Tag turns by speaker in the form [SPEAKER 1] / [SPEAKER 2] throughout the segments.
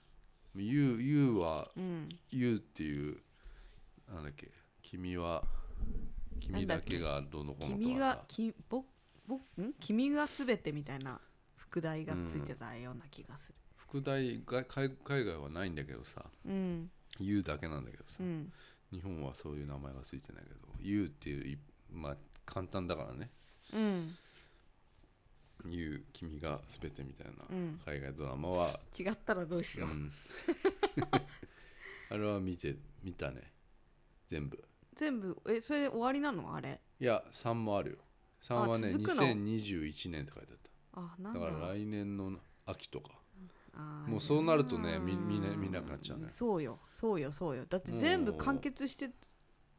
[SPEAKER 1] 「You」You は
[SPEAKER 2] うん
[SPEAKER 1] 「You」っていうなんだっけ「君は君だけがどうのこうの」
[SPEAKER 2] 君
[SPEAKER 1] と
[SPEAKER 2] が
[SPEAKER 1] か
[SPEAKER 2] きぼぼん君がすべてみたいな副題がついてたような気がする
[SPEAKER 1] さ副題が海海外はないんだけどさ
[SPEAKER 2] うん
[SPEAKER 1] 「You」だけなんだけどさ、
[SPEAKER 2] うん
[SPEAKER 1] 日本はそういう名前がついてないけど「You」っていういまあ簡単だからね
[SPEAKER 2] うん
[SPEAKER 1] 「You」君が全てみたいな
[SPEAKER 2] うん
[SPEAKER 1] 海外ドラマは、
[SPEAKER 2] 違ったらどうし
[SPEAKER 1] う
[SPEAKER 2] よう、
[SPEAKER 1] ん あれは見て見たね全部
[SPEAKER 2] 全部えそれ終わりなのあれ
[SPEAKER 1] いや3もあるよ3はね
[SPEAKER 2] 続くの
[SPEAKER 1] 2021年って書いてあった
[SPEAKER 2] あなん
[SPEAKER 1] だ
[SPEAKER 2] だ
[SPEAKER 1] から来年の秋とか
[SPEAKER 2] あー
[SPEAKER 1] もうそうなるとね
[SPEAKER 2] いやー
[SPEAKER 1] み見ね見なくなっちゃうね
[SPEAKER 2] そうよそうよそうよだって全部
[SPEAKER 1] もう
[SPEAKER 2] 完結して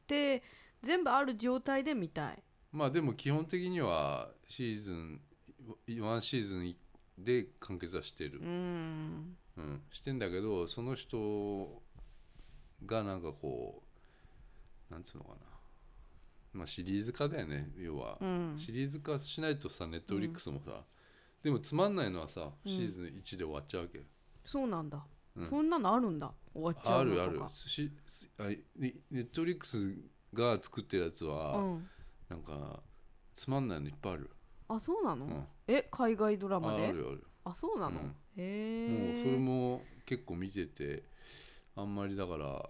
[SPEAKER 2] て全部ある状態で見たい
[SPEAKER 1] まあでも基本的にはシーズン1シーズンで完結はしてる
[SPEAKER 2] う、ん
[SPEAKER 1] うん、してんだけどその人がなんかこうなんつうのかなまあシリーズ化だよね要は、
[SPEAKER 2] うん
[SPEAKER 1] シリーズ化しないとさネットフリックスもさ、でもつまんないのはさ
[SPEAKER 2] うん
[SPEAKER 1] シーズン1で終わっちゃうわけよ、
[SPEAKER 2] そうなんだ、
[SPEAKER 1] うん
[SPEAKER 2] そんなのあるんだ終わっちゃ
[SPEAKER 1] あ
[SPEAKER 2] うのと
[SPEAKER 1] る
[SPEAKER 2] か
[SPEAKER 1] あるししあネネットフリックスが作ってるやつは、
[SPEAKER 2] うん、
[SPEAKER 1] なんかつまんないのいっぱいある、
[SPEAKER 2] あそうなの、
[SPEAKER 1] うん
[SPEAKER 2] え海外ドラマ
[SPEAKER 1] あ
[SPEAKER 2] で
[SPEAKER 1] あ
[SPEAKER 2] あ
[SPEAKER 1] るよある
[SPEAKER 2] そうなの、
[SPEAKER 1] うん
[SPEAKER 2] へえ
[SPEAKER 1] もうそれも結構見ててあんまりだから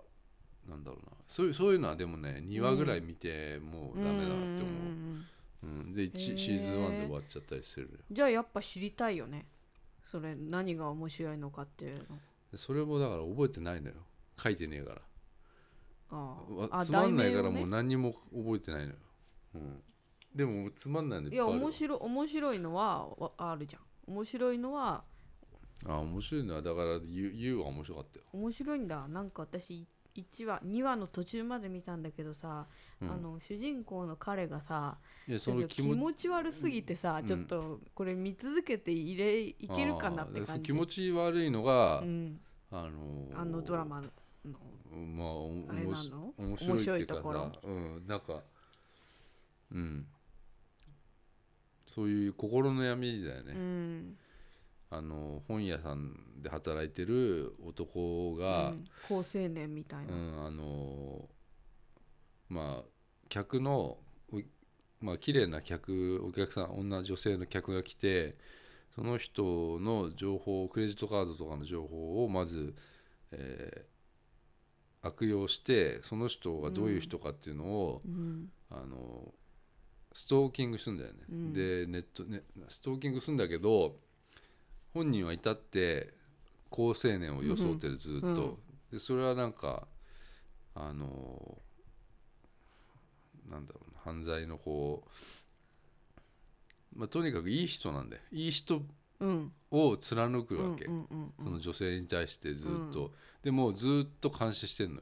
[SPEAKER 1] なんだろうなそういうそういうのはでもね2話ぐらい見てもうダメだなって思う、
[SPEAKER 2] ん
[SPEAKER 1] うん
[SPEAKER 2] んん
[SPEAKER 1] で1
[SPEAKER 2] へー
[SPEAKER 1] シーズン1で終わっちゃったりするよ
[SPEAKER 2] じゃあやっぱ知りたいよねそれ何が面白いのかっていうの
[SPEAKER 1] でそれもだから覚えてないのよ書いてねえから
[SPEAKER 2] あ
[SPEAKER 1] わ
[SPEAKER 2] ああ
[SPEAKER 1] つまんない
[SPEAKER 2] 題名
[SPEAKER 1] から
[SPEAKER 2] をね
[SPEAKER 1] もう何にも覚えてないのよ、うん、でもつまんないのいっ
[SPEAKER 2] い
[SPEAKER 1] ぱいある
[SPEAKER 2] や
[SPEAKER 1] わ
[SPEAKER 2] 面白い面白いのはわあるじゃん面白いのは
[SPEAKER 1] あ面白いのはだから YOU YOU は面白かったよ、
[SPEAKER 2] 面白いんだなんか私1話2話の途中まで見たんだけどさ、
[SPEAKER 1] うん
[SPEAKER 2] あの主人公の彼がさ
[SPEAKER 1] いや
[SPEAKER 2] ち
[SPEAKER 1] そ
[SPEAKER 2] ょっ
[SPEAKER 1] の
[SPEAKER 2] と
[SPEAKER 1] 気
[SPEAKER 2] 気
[SPEAKER 1] 持ち
[SPEAKER 2] 持ち悪すぎてさ、
[SPEAKER 1] うん
[SPEAKER 2] ちょっとこれ見続けていれいけるかなっ
[SPEAKER 1] あ
[SPEAKER 2] て
[SPEAKER 1] ーだらそ
[SPEAKER 2] 感
[SPEAKER 1] の
[SPEAKER 2] じ
[SPEAKER 1] 気持ち悪いのが、
[SPEAKER 2] うん、
[SPEAKER 1] あのー
[SPEAKER 2] あのドラマの
[SPEAKER 1] まあおも
[SPEAKER 2] あれなの
[SPEAKER 1] 面白いっていうか
[SPEAKER 2] 面白いところ
[SPEAKER 1] さうんなんかうんそういう心の闇だよ
[SPEAKER 2] う
[SPEAKER 1] ね、
[SPEAKER 2] ん
[SPEAKER 1] あの本屋さんで働いてる男が、
[SPEAKER 2] うん好青年みたいな、
[SPEAKER 1] うん、あのーまあ客のおまあ綺麗な客お客さん女女性の客が来てその人の情報クレジットカードとかの情報をまず、えー悪用してその人がどういう人かっていうのを、
[SPEAKER 2] うん
[SPEAKER 1] あのストーキングするんだよね、
[SPEAKER 2] うん
[SPEAKER 1] でネット、ね、ストーキングするんだけど本人は至って好青年を装ってるずっと、
[SPEAKER 2] うん
[SPEAKER 1] でそれはなんかあのなんだろうな犯罪のこう、まあ、とにかくいい人なんだよいい人
[SPEAKER 2] うん
[SPEAKER 1] を貫く
[SPEAKER 2] うん
[SPEAKER 1] わけ、
[SPEAKER 2] うんうんうん
[SPEAKER 1] その女性に対してずっと、
[SPEAKER 2] う
[SPEAKER 1] でもうずっと監視してんのよ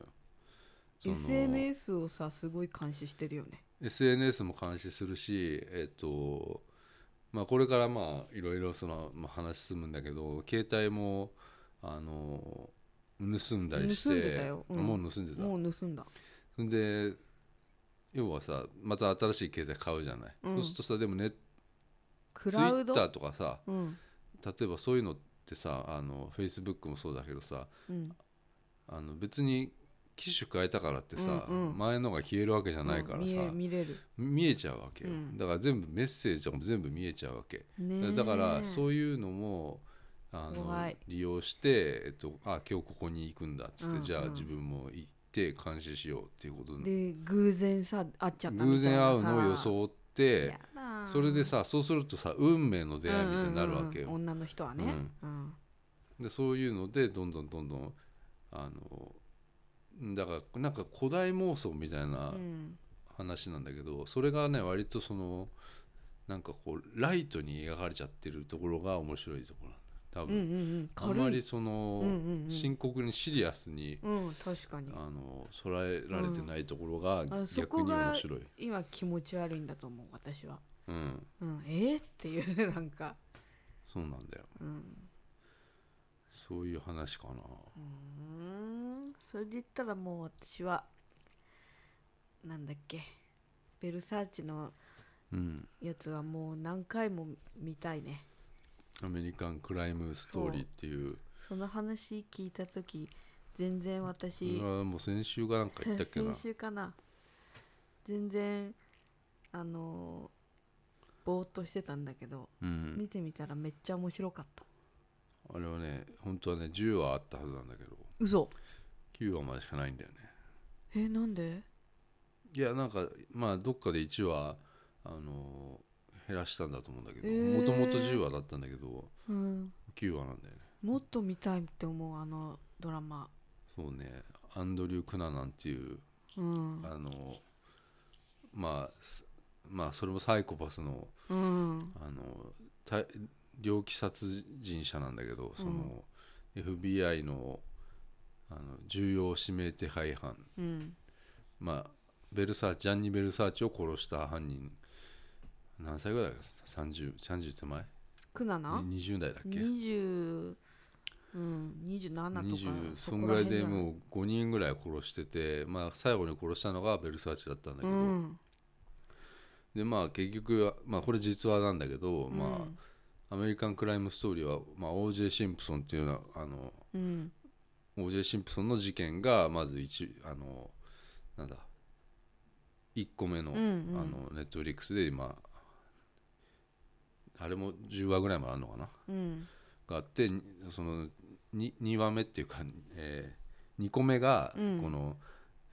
[SPEAKER 1] その
[SPEAKER 2] SNS をさすごい監視してるよね
[SPEAKER 1] SNS も監視するし、えっとまあ、これからまあいろいろその、まあ、話進むんだけど携帯もあの盗んだりして
[SPEAKER 2] 盗んでたようん
[SPEAKER 1] もう盗んでた
[SPEAKER 2] もう盗んだ
[SPEAKER 1] そんで要はさまた新しい携帯買うじゃない、
[SPEAKER 2] うん
[SPEAKER 1] そうするとさでもね
[SPEAKER 2] ク
[SPEAKER 1] ツイ
[SPEAKER 2] ラウ
[SPEAKER 1] ッ
[SPEAKER 2] ド
[SPEAKER 1] ターとかさ
[SPEAKER 2] うん
[SPEAKER 1] 例えばそういうのってさあの Facebook もそうだけどさ
[SPEAKER 2] うん
[SPEAKER 1] あの別に機種変えたからってさ、
[SPEAKER 2] うんうん
[SPEAKER 1] 前のが消えるわけじゃないからさ、
[SPEAKER 2] うん見える見れる
[SPEAKER 1] 見えちゃうわけよ、
[SPEAKER 2] うん
[SPEAKER 1] だから全部メッセージとかも全部見えちゃうわけ、
[SPEAKER 2] ねえ
[SPEAKER 1] だからそういうのもあ
[SPEAKER 2] 怖
[SPEAKER 1] の
[SPEAKER 2] い
[SPEAKER 1] 利用して、えっと、あ今日ここに行くんだっつって、
[SPEAKER 2] うん
[SPEAKER 1] じゃあ
[SPEAKER 2] うん
[SPEAKER 1] 自分も行って監視しようっていうことに
[SPEAKER 2] で偶然さ会っちゃった
[SPEAKER 1] 偶然会うのを
[SPEAKER 2] っ
[SPEAKER 1] 装ってそれでさそうするとさ運命の出
[SPEAKER 2] 出
[SPEAKER 1] 会いみたいになるわけよ、
[SPEAKER 2] 女の人はねうん
[SPEAKER 1] でそういうのでどんどんどんどんあのだからなんか古代妄想みたいな
[SPEAKER 2] うん
[SPEAKER 1] 話なんだけどそれがね割とそのなんかこうライトに描かれちゃってるところが面白いところなんだよ多
[SPEAKER 2] うんうん
[SPEAKER 1] 分、
[SPEAKER 2] うん軽
[SPEAKER 1] あ
[SPEAKER 2] い
[SPEAKER 1] んまりその、
[SPEAKER 2] うんうんうん
[SPEAKER 1] 深刻にシリアスに、
[SPEAKER 2] うん確かに
[SPEAKER 1] あの捉えられてないところが
[SPEAKER 2] あそ
[SPEAKER 1] 逆
[SPEAKER 2] こ
[SPEAKER 1] に
[SPEAKER 2] が
[SPEAKER 1] 面白い、
[SPEAKER 2] 今気持ち悪いんだと思う私は
[SPEAKER 1] うん、
[SPEAKER 2] うんえーっていうなんか
[SPEAKER 1] そうなんだよ
[SPEAKER 2] うん
[SPEAKER 1] そういう話かな
[SPEAKER 2] うーんそれで言ったらもう私はなんだっけベルサーチの
[SPEAKER 1] うん
[SPEAKER 2] やつはもう何回も見たいね
[SPEAKER 1] アメリカン・クライム・ストーリーっていう
[SPEAKER 2] その話聞いた時全然私、
[SPEAKER 1] うわもう先週がなんか言ったっけな
[SPEAKER 2] 先週かな全然あのーぼーっとしてたんだけど、
[SPEAKER 1] うん
[SPEAKER 2] 見てみたらめっちゃ面白かった
[SPEAKER 1] あれはね本当はね10話あったはずなんだけど
[SPEAKER 2] 嘘
[SPEAKER 1] 9話までしかないんだよね
[SPEAKER 2] えなんで
[SPEAKER 1] いやなんかまあどっかで1話あのー減らしたんだと思うんだけど
[SPEAKER 2] へー
[SPEAKER 1] もともと10話だったんだけど
[SPEAKER 2] うん
[SPEAKER 1] 9話なんだよね
[SPEAKER 2] もっと見たいって思うあのドラマ
[SPEAKER 1] そうねアンドリュー・クナナンっていう
[SPEAKER 2] うん
[SPEAKER 1] あのまあすまあそれもサイコパスの
[SPEAKER 2] うん
[SPEAKER 1] あのた猟奇殺人者なんだけどその
[SPEAKER 2] ん、
[SPEAKER 1] FBI のあの重要指名手配犯
[SPEAKER 2] うん
[SPEAKER 1] まあベルサーチジャンニ・ベルサーチを殺した犯人何歳ぐらいだっけ 30, 30手前
[SPEAKER 2] クナナ
[SPEAKER 1] に20代だっけ
[SPEAKER 2] 20うん27とか
[SPEAKER 1] 20そ
[SPEAKER 2] こ
[SPEAKER 1] ん
[SPEAKER 2] ら
[SPEAKER 1] ぐらいで
[SPEAKER 2] 辺じゃな
[SPEAKER 1] もう5人ぐらい殺してて、まあ、最後に殺したのがベルサーチだったんだけ
[SPEAKER 2] う
[SPEAKER 1] ど、
[SPEAKER 2] ん
[SPEAKER 1] でまあ結局、まあ、これ実話なんだけど、
[SPEAKER 2] う
[SPEAKER 1] ま
[SPEAKER 2] ん
[SPEAKER 1] あ、アメリカンクライムストーリーは、まあ、O.J. シンプソンっていうのはあの
[SPEAKER 2] うん
[SPEAKER 1] O.J. シンプソンの事件がまず一あのなんだ1個目の,、
[SPEAKER 2] うんうん
[SPEAKER 1] あのネットフリックスで今あれも10話ぐらいまであるのかな
[SPEAKER 2] うん
[SPEAKER 1] があってにその 2, 2話目っていうか、え2個目がこ
[SPEAKER 2] うん
[SPEAKER 1] の、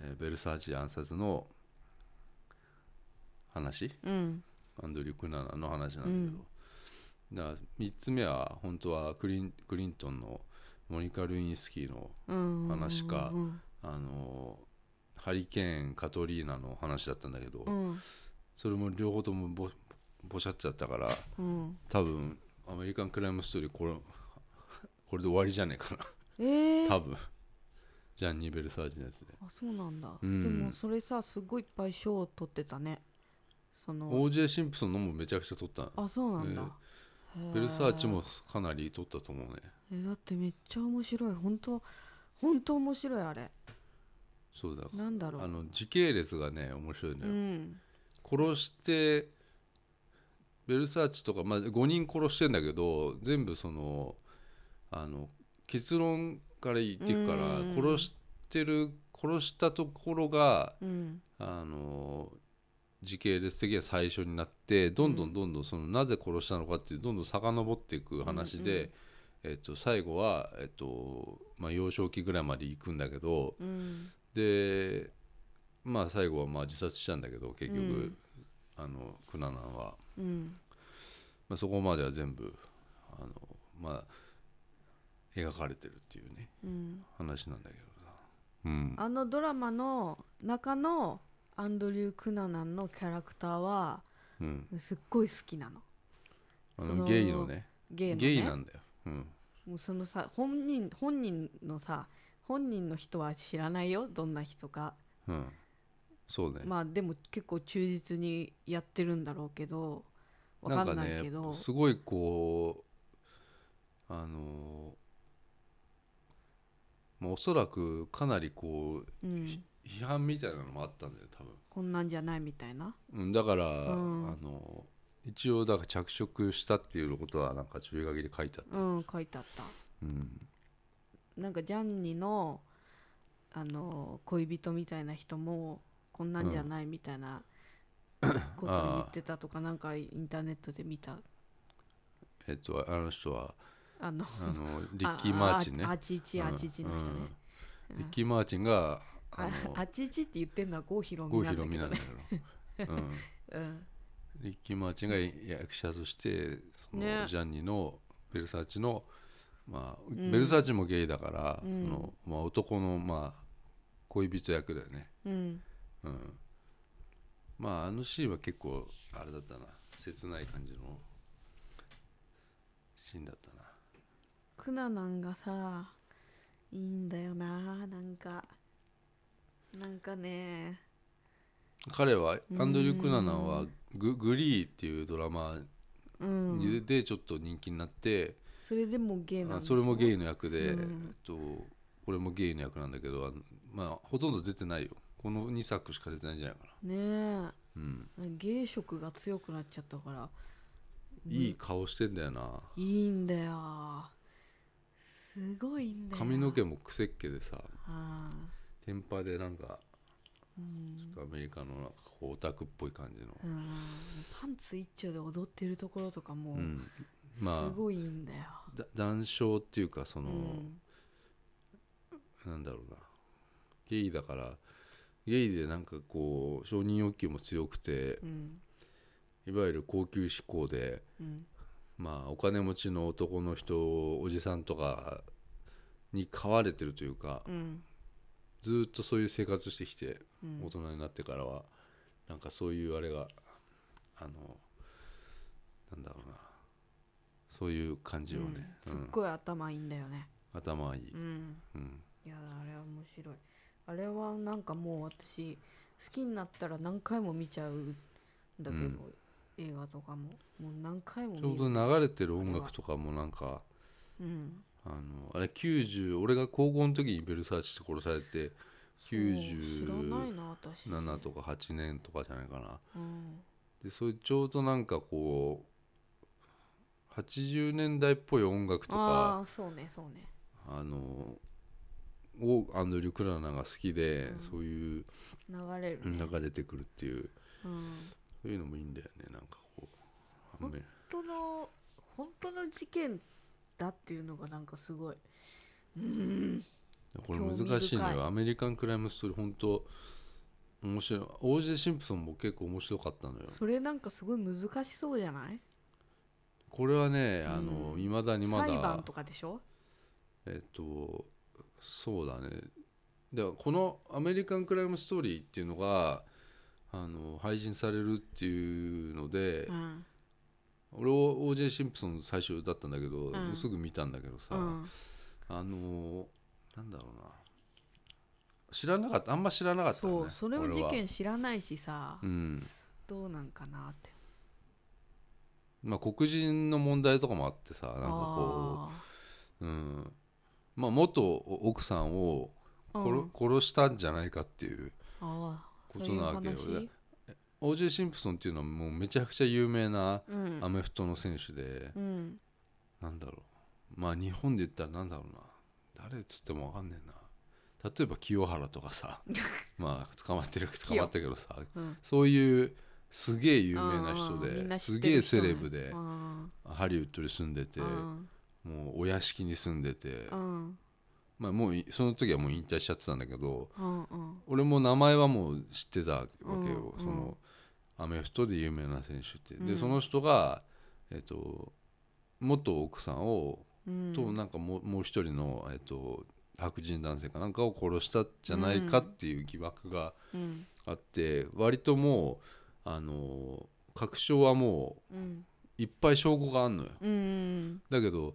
[SPEAKER 1] えーベルサーチ暗殺の話
[SPEAKER 2] うん
[SPEAKER 1] アンドリュー・クナナの話なんだけど、だから3つ目は本当はクリンクリントンのモニカ・ルインスキーの
[SPEAKER 2] うん
[SPEAKER 1] 話か
[SPEAKER 2] うん
[SPEAKER 1] あのハリケーンカトリーナの話だったんだけど、
[SPEAKER 2] うん
[SPEAKER 1] それも両方ともぼぼしゃっちゃったから
[SPEAKER 2] うん
[SPEAKER 1] 多分アメリカンクライムストーリーこれ これで終わりじゃねえか
[SPEAKER 2] えー
[SPEAKER 1] な多分ジャンニー・ベルサージのやつで、
[SPEAKER 2] あそうなんだ、
[SPEAKER 1] うん
[SPEAKER 2] でもそれさすごいいっぱい賞を取ってたねその
[SPEAKER 1] OJ シンプソンのもめちゃくちゃ撮った
[SPEAKER 2] あそうなんだ、へー
[SPEAKER 1] ベルサーチもかなり撮ったと思うね
[SPEAKER 2] えだってめっちゃ面白い本当本当面白いあれ
[SPEAKER 1] そうだ
[SPEAKER 2] なんだろう
[SPEAKER 1] あの時系列がね面白いの
[SPEAKER 2] う
[SPEAKER 1] よ、
[SPEAKER 2] ん
[SPEAKER 1] 殺してベルサーチとか、まあ、5人殺してんだけど全部そのあの結論から言っていくから
[SPEAKER 2] うん
[SPEAKER 1] 殺してる殺したところが
[SPEAKER 2] うん
[SPEAKER 1] あの時系列的には最初になってどんどんどんどんそのなぜ殺したのかっていうどんどん遡っていく話で、えっと、最後は、えっとまあ、幼少期ぐらいまで行くんだけど、
[SPEAKER 2] うん
[SPEAKER 1] でまあ最後はまあ自殺したんだけど結局、
[SPEAKER 2] うん
[SPEAKER 1] あのクナナンは、
[SPEAKER 2] うん
[SPEAKER 1] まあ、そこまでは全部あのまあ描かれてるっていうね
[SPEAKER 2] うん
[SPEAKER 1] 話なんだけどさ、うん、
[SPEAKER 2] あのドラマの中のアンドリュー・クナナンのキャラクターは
[SPEAKER 1] うん、
[SPEAKER 2] すっごい好きなの
[SPEAKER 1] あ
[SPEAKER 2] そ
[SPEAKER 1] の
[SPEAKER 2] の
[SPEAKER 1] ゲイのね
[SPEAKER 2] ゲイの、ね、
[SPEAKER 1] ゲイなんだよ、うん、
[SPEAKER 2] もうそのさ本人本人のさ本人の人は知らないよどんな人か
[SPEAKER 1] うん、そうね、
[SPEAKER 2] まあでも結構忠実にやってるんだろうけどわかんないけど、
[SPEAKER 1] すごいこうあのまあ、おそらくかなりこう
[SPEAKER 2] うん、
[SPEAKER 1] 批判みたいなのもあったんだよ多分
[SPEAKER 2] こんなんじゃないみたいな
[SPEAKER 1] うん、だから、あ
[SPEAKER 2] ん
[SPEAKER 1] の一応だから着色したっていうことはなんか注意書きで書いてあった、
[SPEAKER 2] うん書いてあった
[SPEAKER 1] うん
[SPEAKER 2] なんかジャンニのあの恋人みたいな人もこんなんじゃないみた いなことを言ってたとか、なんかインターネットで見た
[SPEAKER 1] えっとあの人は
[SPEAKER 2] あの
[SPEAKER 1] あの リッキー・マーチンね
[SPEAKER 2] あああちいちあちいちの人ね、
[SPEAKER 1] うんリッキー・マーチンがあ
[SPEAKER 2] あ
[SPEAKER 1] の
[SPEAKER 2] あちいちって言ってるのは郷ひろみ
[SPEAKER 1] 郷
[SPEAKER 2] な
[SPEAKER 1] ひ
[SPEAKER 2] ん
[SPEAKER 1] ろ
[SPEAKER 2] だけ
[SPEAKER 1] みな
[SPEAKER 2] ど
[SPEAKER 1] んだ
[SPEAKER 2] ね
[SPEAKER 1] けど、うん、
[SPEAKER 2] うん
[SPEAKER 1] リッキー・マーチンが役者としてその、
[SPEAKER 2] ね
[SPEAKER 1] ジャンニのベルサーチの、まあ
[SPEAKER 2] ん
[SPEAKER 1] ベルサーチもゲイだから、
[SPEAKER 2] うん
[SPEAKER 1] そのまあ、男の、まあ、恋人役だよね、
[SPEAKER 2] うん
[SPEAKER 1] うん、まああのシーンは結構あれだったな切ない感じのシーンだったな
[SPEAKER 2] クナなんがさいいんだよななんかなんかね
[SPEAKER 1] 彼は
[SPEAKER 2] うん
[SPEAKER 1] アンドリュー・クナナンはグ「グリー」っていうドラマ
[SPEAKER 2] う
[SPEAKER 1] で,、
[SPEAKER 2] ん
[SPEAKER 1] でちょっと人気になって、
[SPEAKER 2] それでもゲイなん
[SPEAKER 1] あそれもゲ
[SPEAKER 2] イ
[SPEAKER 1] イの役で、
[SPEAKER 2] うん
[SPEAKER 1] えっと、これもゲイの役なんだけどあのまあほとんど出てないよこの2作しか出てないんじゃないかな、
[SPEAKER 2] ね
[SPEAKER 1] うん、
[SPEAKER 2] えゲイ色が強くなっちゃったから
[SPEAKER 1] いい顔してんだよな、
[SPEAKER 2] いいんだよすごいんだよ
[SPEAKER 1] 髪の毛もくせっ毛でさ
[SPEAKER 2] あ
[SPEAKER 1] テンパでなんか
[SPEAKER 2] ーうん
[SPEAKER 1] アメリカのなんかこうオタクっぽい感じの、
[SPEAKER 2] うんパンツ一丁で踊ってるところとかも
[SPEAKER 1] うん、
[SPEAKER 2] す
[SPEAKER 1] まあ
[SPEAKER 2] ごいんだよ、
[SPEAKER 1] だ談笑っていうかその、
[SPEAKER 2] うん
[SPEAKER 1] なんだろうなゲイだからゲイでなんかこう承認欲求も強くて
[SPEAKER 2] うん
[SPEAKER 1] いわゆる高級志向で
[SPEAKER 2] うん
[SPEAKER 1] まあお金持ちの男の人おじさんとかに飼われてるというか
[SPEAKER 2] うん
[SPEAKER 1] ずーっとそういう生活してきて
[SPEAKER 2] うん
[SPEAKER 1] 大人になってからはなんかそういうあれがあのなんだろうなそういう感じをね、
[SPEAKER 2] うん
[SPEAKER 1] う
[SPEAKER 2] すっ
[SPEAKER 1] ん
[SPEAKER 2] ごい頭いいんだよね
[SPEAKER 1] 頭いい、
[SPEAKER 2] うん
[SPEAKER 1] うん
[SPEAKER 2] いやあれは面白いあれはなんかもう私好きになったら何回も見ちゃうんだけど、
[SPEAKER 1] うん
[SPEAKER 2] 映画とかももう何回も見
[SPEAKER 1] ちょうど
[SPEAKER 2] る
[SPEAKER 1] 流れてる音楽とかもなんか
[SPEAKER 2] うん
[SPEAKER 1] あのあれ90俺が高校の時にベルサーチって殺されて
[SPEAKER 2] そう知らない
[SPEAKER 1] 97
[SPEAKER 2] な私
[SPEAKER 1] とか8年とかじゃないかな
[SPEAKER 2] うん
[SPEAKER 1] でそれちょうどなんかこう80年代っぽい音楽と
[SPEAKER 2] あ
[SPEAKER 1] か
[SPEAKER 2] あそうねそうね
[SPEAKER 1] あのをアンドリュー・クラナが好きで、
[SPEAKER 2] うん
[SPEAKER 1] そういう
[SPEAKER 2] 流れるね、
[SPEAKER 1] 流れてくるっていう
[SPEAKER 2] うん、
[SPEAKER 1] そういうのもいいんだよねなんかこうあんまり
[SPEAKER 2] 本当の本当の事件だっていうのがなんかすごいうん
[SPEAKER 1] これ難しいの
[SPEAKER 2] 興味深
[SPEAKER 1] よアメリカン・クライム・ストーリー本当面白い OJ シンプソンも結構面白かったのよ
[SPEAKER 2] それなんかすごい難しそうじゃない
[SPEAKER 1] これはね
[SPEAKER 2] うん
[SPEAKER 1] あの、未だにま
[SPEAKER 2] 裁判
[SPEAKER 1] だ
[SPEAKER 2] とかでしょ
[SPEAKER 1] えっとそうだねではこの「アメリカン・クライム・ストーリー」っていうのがあの配信されるっていうので、
[SPEAKER 2] うん
[SPEAKER 1] 俺を OJ シンプソン最初だったんだけど、
[SPEAKER 2] うん
[SPEAKER 1] すぐ見たんだけどさ、
[SPEAKER 2] うん
[SPEAKER 1] あのなんだろうな知らなかったあんま知らなかったね
[SPEAKER 2] そうそれを
[SPEAKER 1] 俺
[SPEAKER 2] 事
[SPEAKER 1] は
[SPEAKER 2] 件知らないしさ、
[SPEAKER 1] うん
[SPEAKER 2] どうなんかなって
[SPEAKER 1] まあ黒人の問題とかもあってさなんかこ
[SPEAKER 2] あ
[SPEAKER 1] う、うんまあ、元奥さんを
[SPEAKER 2] ー
[SPEAKER 1] 殺,、
[SPEAKER 2] うん
[SPEAKER 1] 殺したんじゃないかっていう
[SPEAKER 2] あー
[SPEAKER 1] ことなわけよ
[SPEAKER 2] そういう話
[SPEAKER 1] OJ シンプソンっていうのはもうめちゃくちゃ有名な
[SPEAKER 2] うん
[SPEAKER 1] アメフトの選手で、
[SPEAKER 2] うん
[SPEAKER 1] なんだろうまあ日本で言ったらなんだろうな誰っつってもわかんねえな例えば清原とか さまあ捕まってる捕まったけどさ
[SPEAKER 2] うん
[SPEAKER 1] そういうすげえ有名な人
[SPEAKER 2] あーみん
[SPEAKER 1] で
[SPEAKER 2] な知
[SPEAKER 1] す
[SPEAKER 2] って
[SPEAKER 1] げ
[SPEAKER 2] る
[SPEAKER 1] え
[SPEAKER 2] 人
[SPEAKER 1] セ
[SPEAKER 2] ね
[SPEAKER 1] レブで
[SPEAKER 2] うん
[SPEAKER 1] ハリウッドに住んでて
[SPEAKER 2] うん
[SPEAKER 1] もうお屋敷に住んでて
[SPEAKER 2] うん
[SPEAKER 1] まあもういその時はもう引退しちゃってたんだけど
[SPEAKER 2] うんうん
[SPEAKER 1] 俺も名前はもう知ってたわけよ、
[SPEAKER 2] うん
[SPEAKER 1] そのアメフトで有名な選手って、
[SPEAKER 2] う
[SPEAKER 1] で
[SPEAKER 2] ん
[SPEAKER 1] その人が、えっと元奥さんを、
[SPEAKER 2] うん
[SPEAKER 1] となんかもうもう一人の、えっと白人男性かなんかを殺したんじゃないかっていう疑惑が
[SPEAKER 2] うん
[SPEAKER 1] あって、割ともうあの確証はも
[SPEAKER 2] うん
[SPEAKER 1] ういっぱい証拠があんのよ
[SPEAKER 2] うん
[SPEAKER 1] だけど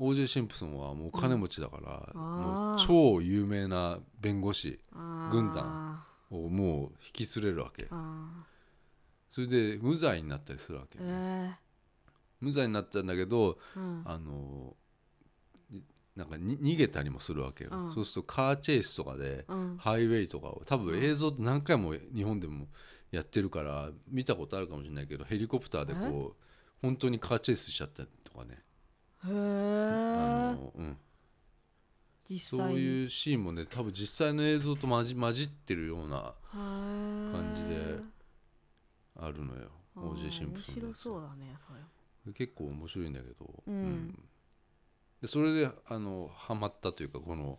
[SPEAKER 1] OJ シンプソンはもうお金持ちだから、
[SPEAKER 2] うん
[SPEAKER 1] も
[SPEAKER 2] あ
[SPEAKER 1] う
[SPEAKER 2] ー
[SPEAKER 1] 超有名な弁護士
[SPEAKER 2] あー
[SPEAKER 1] 軍団をもう引き連れるわけ
[SPEAKER 2] あ
[SPEAKER 1] それで無罪になったりするわけ
[SPEAKER 2] ー
[SPEAKER 1] ね、
[SPEAKER 2] え
[SPEAKER 1] 無罪になったんだけど
[SPEAKER 2] ーうん
[SPEAKER 1] あのになんかに逃げたりもするわけよ、
[SPEAKER 2] うん
[SPEAKER 1] そうするとカーチェイスとかで
[SPEAKER 2] うん
[SPEAKER 1] ハイウェイとかを多分映像って何回も日本でもやってるから見たことあるかもしれないけどヘリコプターでこう本当にカーチェイスしちゃったりとかね、
[SPEAKER 2] へ
[SPEAKER 1] あ
[SPEAKER 2] え
[SPEAKER 1] のうん、
[SPEAKER 2] 実
[SPEAKER 1] そう
[SPEAKER 2] 際に
[SPEAKER 1] いうシーンもね多分実際の映像と混じ混じってるような
[SPEAKER 2] 感
[SPEAKER 1] 感じであるのよ OJ シンプソンの
[SPEAKER 2] 面白
[SPEAKER 1] やつ
[SPEAKER 2] そうだねそれ
[SPEAKER 1] 結構面白いんだけど、
[SPEAKER 2] うん
[SPEAKER 1] でそれであのハマったというかこの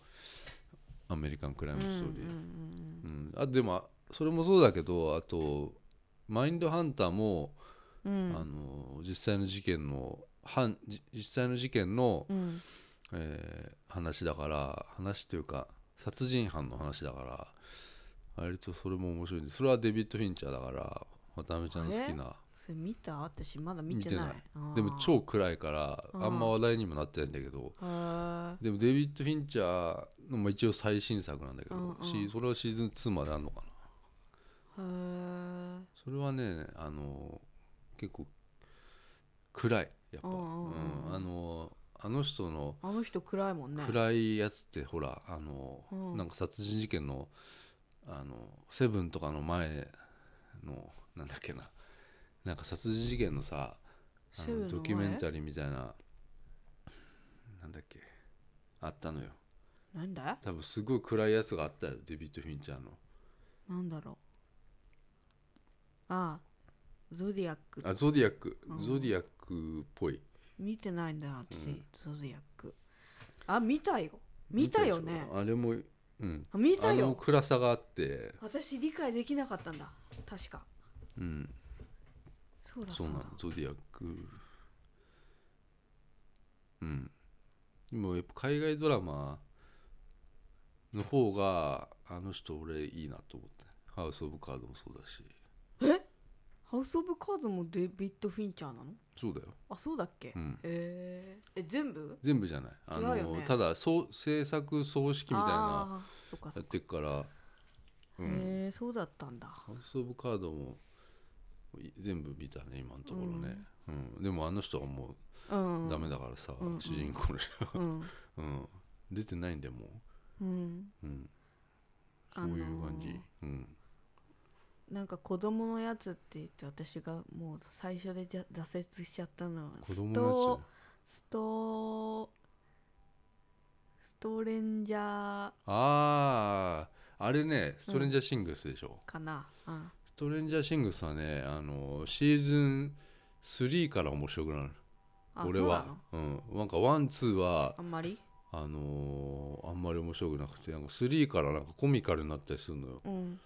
[SPEAKER 1] 「アメリカン・クライム・ストーリー」
[SPEAKER 2] うんうん
[SPEAKER 1] うんあでもそれもそうだけどあと「マインドハンターも」
[SPEAKER 2] うんうん
[SPEAKER 1] あの実際の事件の犯じ実際の事件の、
[SPEAKER 2] うんうん
[SPEAKER 1] えー話だから話というか殺人犯の話だから割とそれも面白いんでそれはデビッド・フィンチャーだから渡辺ちゃんの好きな
[SPEAKER 2] それ見た私まだ見てない
[SPEAKER 1] 見てでも超暗いから
[SPEAKER 2] あー
[SPEAKER 1] あんま話題にもなってないんだけど
[SPEAKER 2] あーへ
[SPEAKER 1] でもデビッド・フィンチャーのも一応最新作なんだけど、
[SPEAKER 2] うんうん
[SPEAKER 1] しそれはシーズン2まであるのかな
[SPEAKER 2] ーへー
[SPEAKER 1] それはねあの結構暗いやっぱ、
[SPEAKER 2] うんうんうん
[SPEAKER 1] うんあのあの人の
[SPEAKER 2] あの人暗いもんね
[SPEAKER 1] 暗いやつってほらあの、
[SPEAKER 2] うん
[SPEAKER 1] なんか殺人事件のあのセブンとかの前のなんだっけななんか殺人事件のさあ
[SPEAKER 2] セブンの
[SPEAKER 1] の
[SPEAKER 2] 前
[SPEAKER 1] ドキュメンタリーみたいななんだっけあったのよ
[SPEAKER 2] なんだ
[SPEAKER 1] 多分すごい暗いやつがあったよデビッド・フィンチャーの
[SPEAKER 2] なんだろうああゾディアック
[SPEAKER 1] あゾディアック
[SPEAKER 2] うん
[SPEAKER 1] ゾディアックっぽい
[SPEAKER 2] 見てないんだな私、
[SPEAKER 1] うん
[SPEAKER 2] ゾディアックあ見たよ見たよ
[SPEAKER 1] 見
[SPEAKER 2] ね
[SPEAKER 1] でしょあれもうん
[SPEAKER 2] あ見た
[SPEAKER 1] あの
[SPEAKER 2] よ
[SPEAKER 1] 暗さがあって
[SPEAKER 2] 私理解できなかったんだ確か
[SPEAKER 1] うん
[SPEAKER 2] そうだ
[SPEAKER 1] そ
[SPEAKER 2] そうう
[SPEAKER 1] な
[SPEAKER 2] だ
[SPEAKER 1] のゾディアックうんでもやっぱ海外ドラマの方があの人俺いいなと思ってハウス・オブ・カードもそうだし
[SPEAKER 2] ハウス・オブ・カードもデビッド・フィンチャーなの
[SPEAKER 1] そうだよ、
[SPEAKER 2] あそうだっけ、
[SPEAKER 1] うん、
[SPEAKER 2] えーえ全部
[SPEAKER 1] 全部じゃないあの
[SPEAKER 2] 違うよね
[SPEAKER 1] ただそう制作総指揮みたいな
[SPEAKER 2] あーそっかそ
[SPEAKER 1] やっ
[SPEAKER 2] っか
[SPEAKER 1] てっからう
[SPEAKER 2] へ
[SPEAKER 1] ん
[SPEAKER 2] えそうだったんだ
[SPEAKER 1] ハウス・オブ・カードもい全部見たね今のところね、うんでもあの人はも
[SPEAKER 2] うん
[SPEAKER 1] うダメだからさ、
[SPEAKER 2] うんうん
[SPEAKER 1] 主人公の人
[SPEAKER 2] うん
[SPEAKER 1] うん、出てないんでも
[SPEAKER 2] うん
[SPEAKER 1] う、うん、そ
[SPEAKER 2] あ
[SPEAKER 1] う
[SPEAKER 2] の
[SPEAKER 1] い
[SPEAKER 2] ー
[SPEAKER 1] う感じ、うん、
[SPEAKER 2] なんか子供のやつって言って私がもう最初でじゃ挫折しちゃったのは
[SPEAKER 1] 子
[SPEAKER 2] ス
[SPEAKER 1] 供
[SPEAKER 2] ト
[SPEAKER 1] のやつ
[SPEAKER 2] ストストレンジャー
[SPEAKER 1] あああれねストレンジャーシングスでしょ、
[SPEAKER 2] かな、うん、
[SPEAKER 1] ストレンジャーシングスはねあのシーズン3から面白くなる
[SPEAKER 2] あ
[SPEAKER 1] 俺
[SPEAKER 2] そうな
[SPEAKER 1] は
[SPEAKER 2] の
[SPEAKER 1] うんなんかワンツーは
[SPEAKER 2] あんまり
[SPEAKER 1] あのーあんまり面白くなくてなんか3からなんかコミカルになったりするのよ
[SPEAKER 2] うん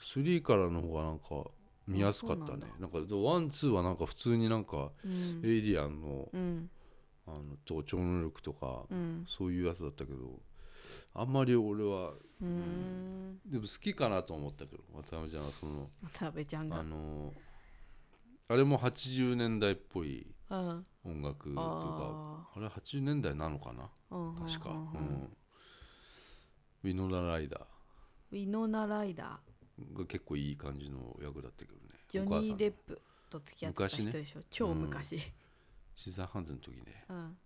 [SPEAKER 1] 3からの方がなんか見やすかったね
[SPEAKER 2] あ
[SPEAKER 1] なんかワンツーはなんか普通になんか
[SPEAKER 2] うん
[SPEAKER 1] エイリアンの,、
[SPEAKER 2] うん
[SPEAKER 1] あのと超能力とか、
[SPEAKER 2] うん
[SPEAKER 1] そういうやつだったけどあんまり俺は
[SPEAKER 2] うーん
[SPEAKER 1] でも好きかなと思ったけど渡辺ちゃんはその
[SPEAKER 2] 渡辺ちゃんが
[SPEAKER 1] あのあれも80年代っぽい
[SPEAKER 2] うん
[SPEAKER 1] 音楽とかあ
[SPEAKER 2] あ
[SPEAKER 1] れ80年代なのかな
[SPEAKER 2] ーうん
[SPEAKER 1] 確か、
[SPEAKER 2] う
[SPEAKER 1] うん
[SPEAKER 2] うんうん
[SPEAKER 1] ん、ウィノラ・ライダ
[SPEAKER 2] ウィノナ・ライダ
[SPEAKER 1] ーが結構いい感じの役だったけどね
[SPEAKER 2] ージョ
[SPEAKER 1] お母さ
[SPEAKER 2] ニ
[SPEAKER 1] ん
[SPEAKER 2] ー・
[SPEAKER 1] の
[SPEAKER 2] デップと付き合ってた
[SPEAKER 1] 昔
[SPEAKER 2] 人
[SPEAKER 1] ね
[SPEAKER 2] でしょ、超昔
[SPEAKER 1] シザーハンズの時ね
[SPEAKER 2] うん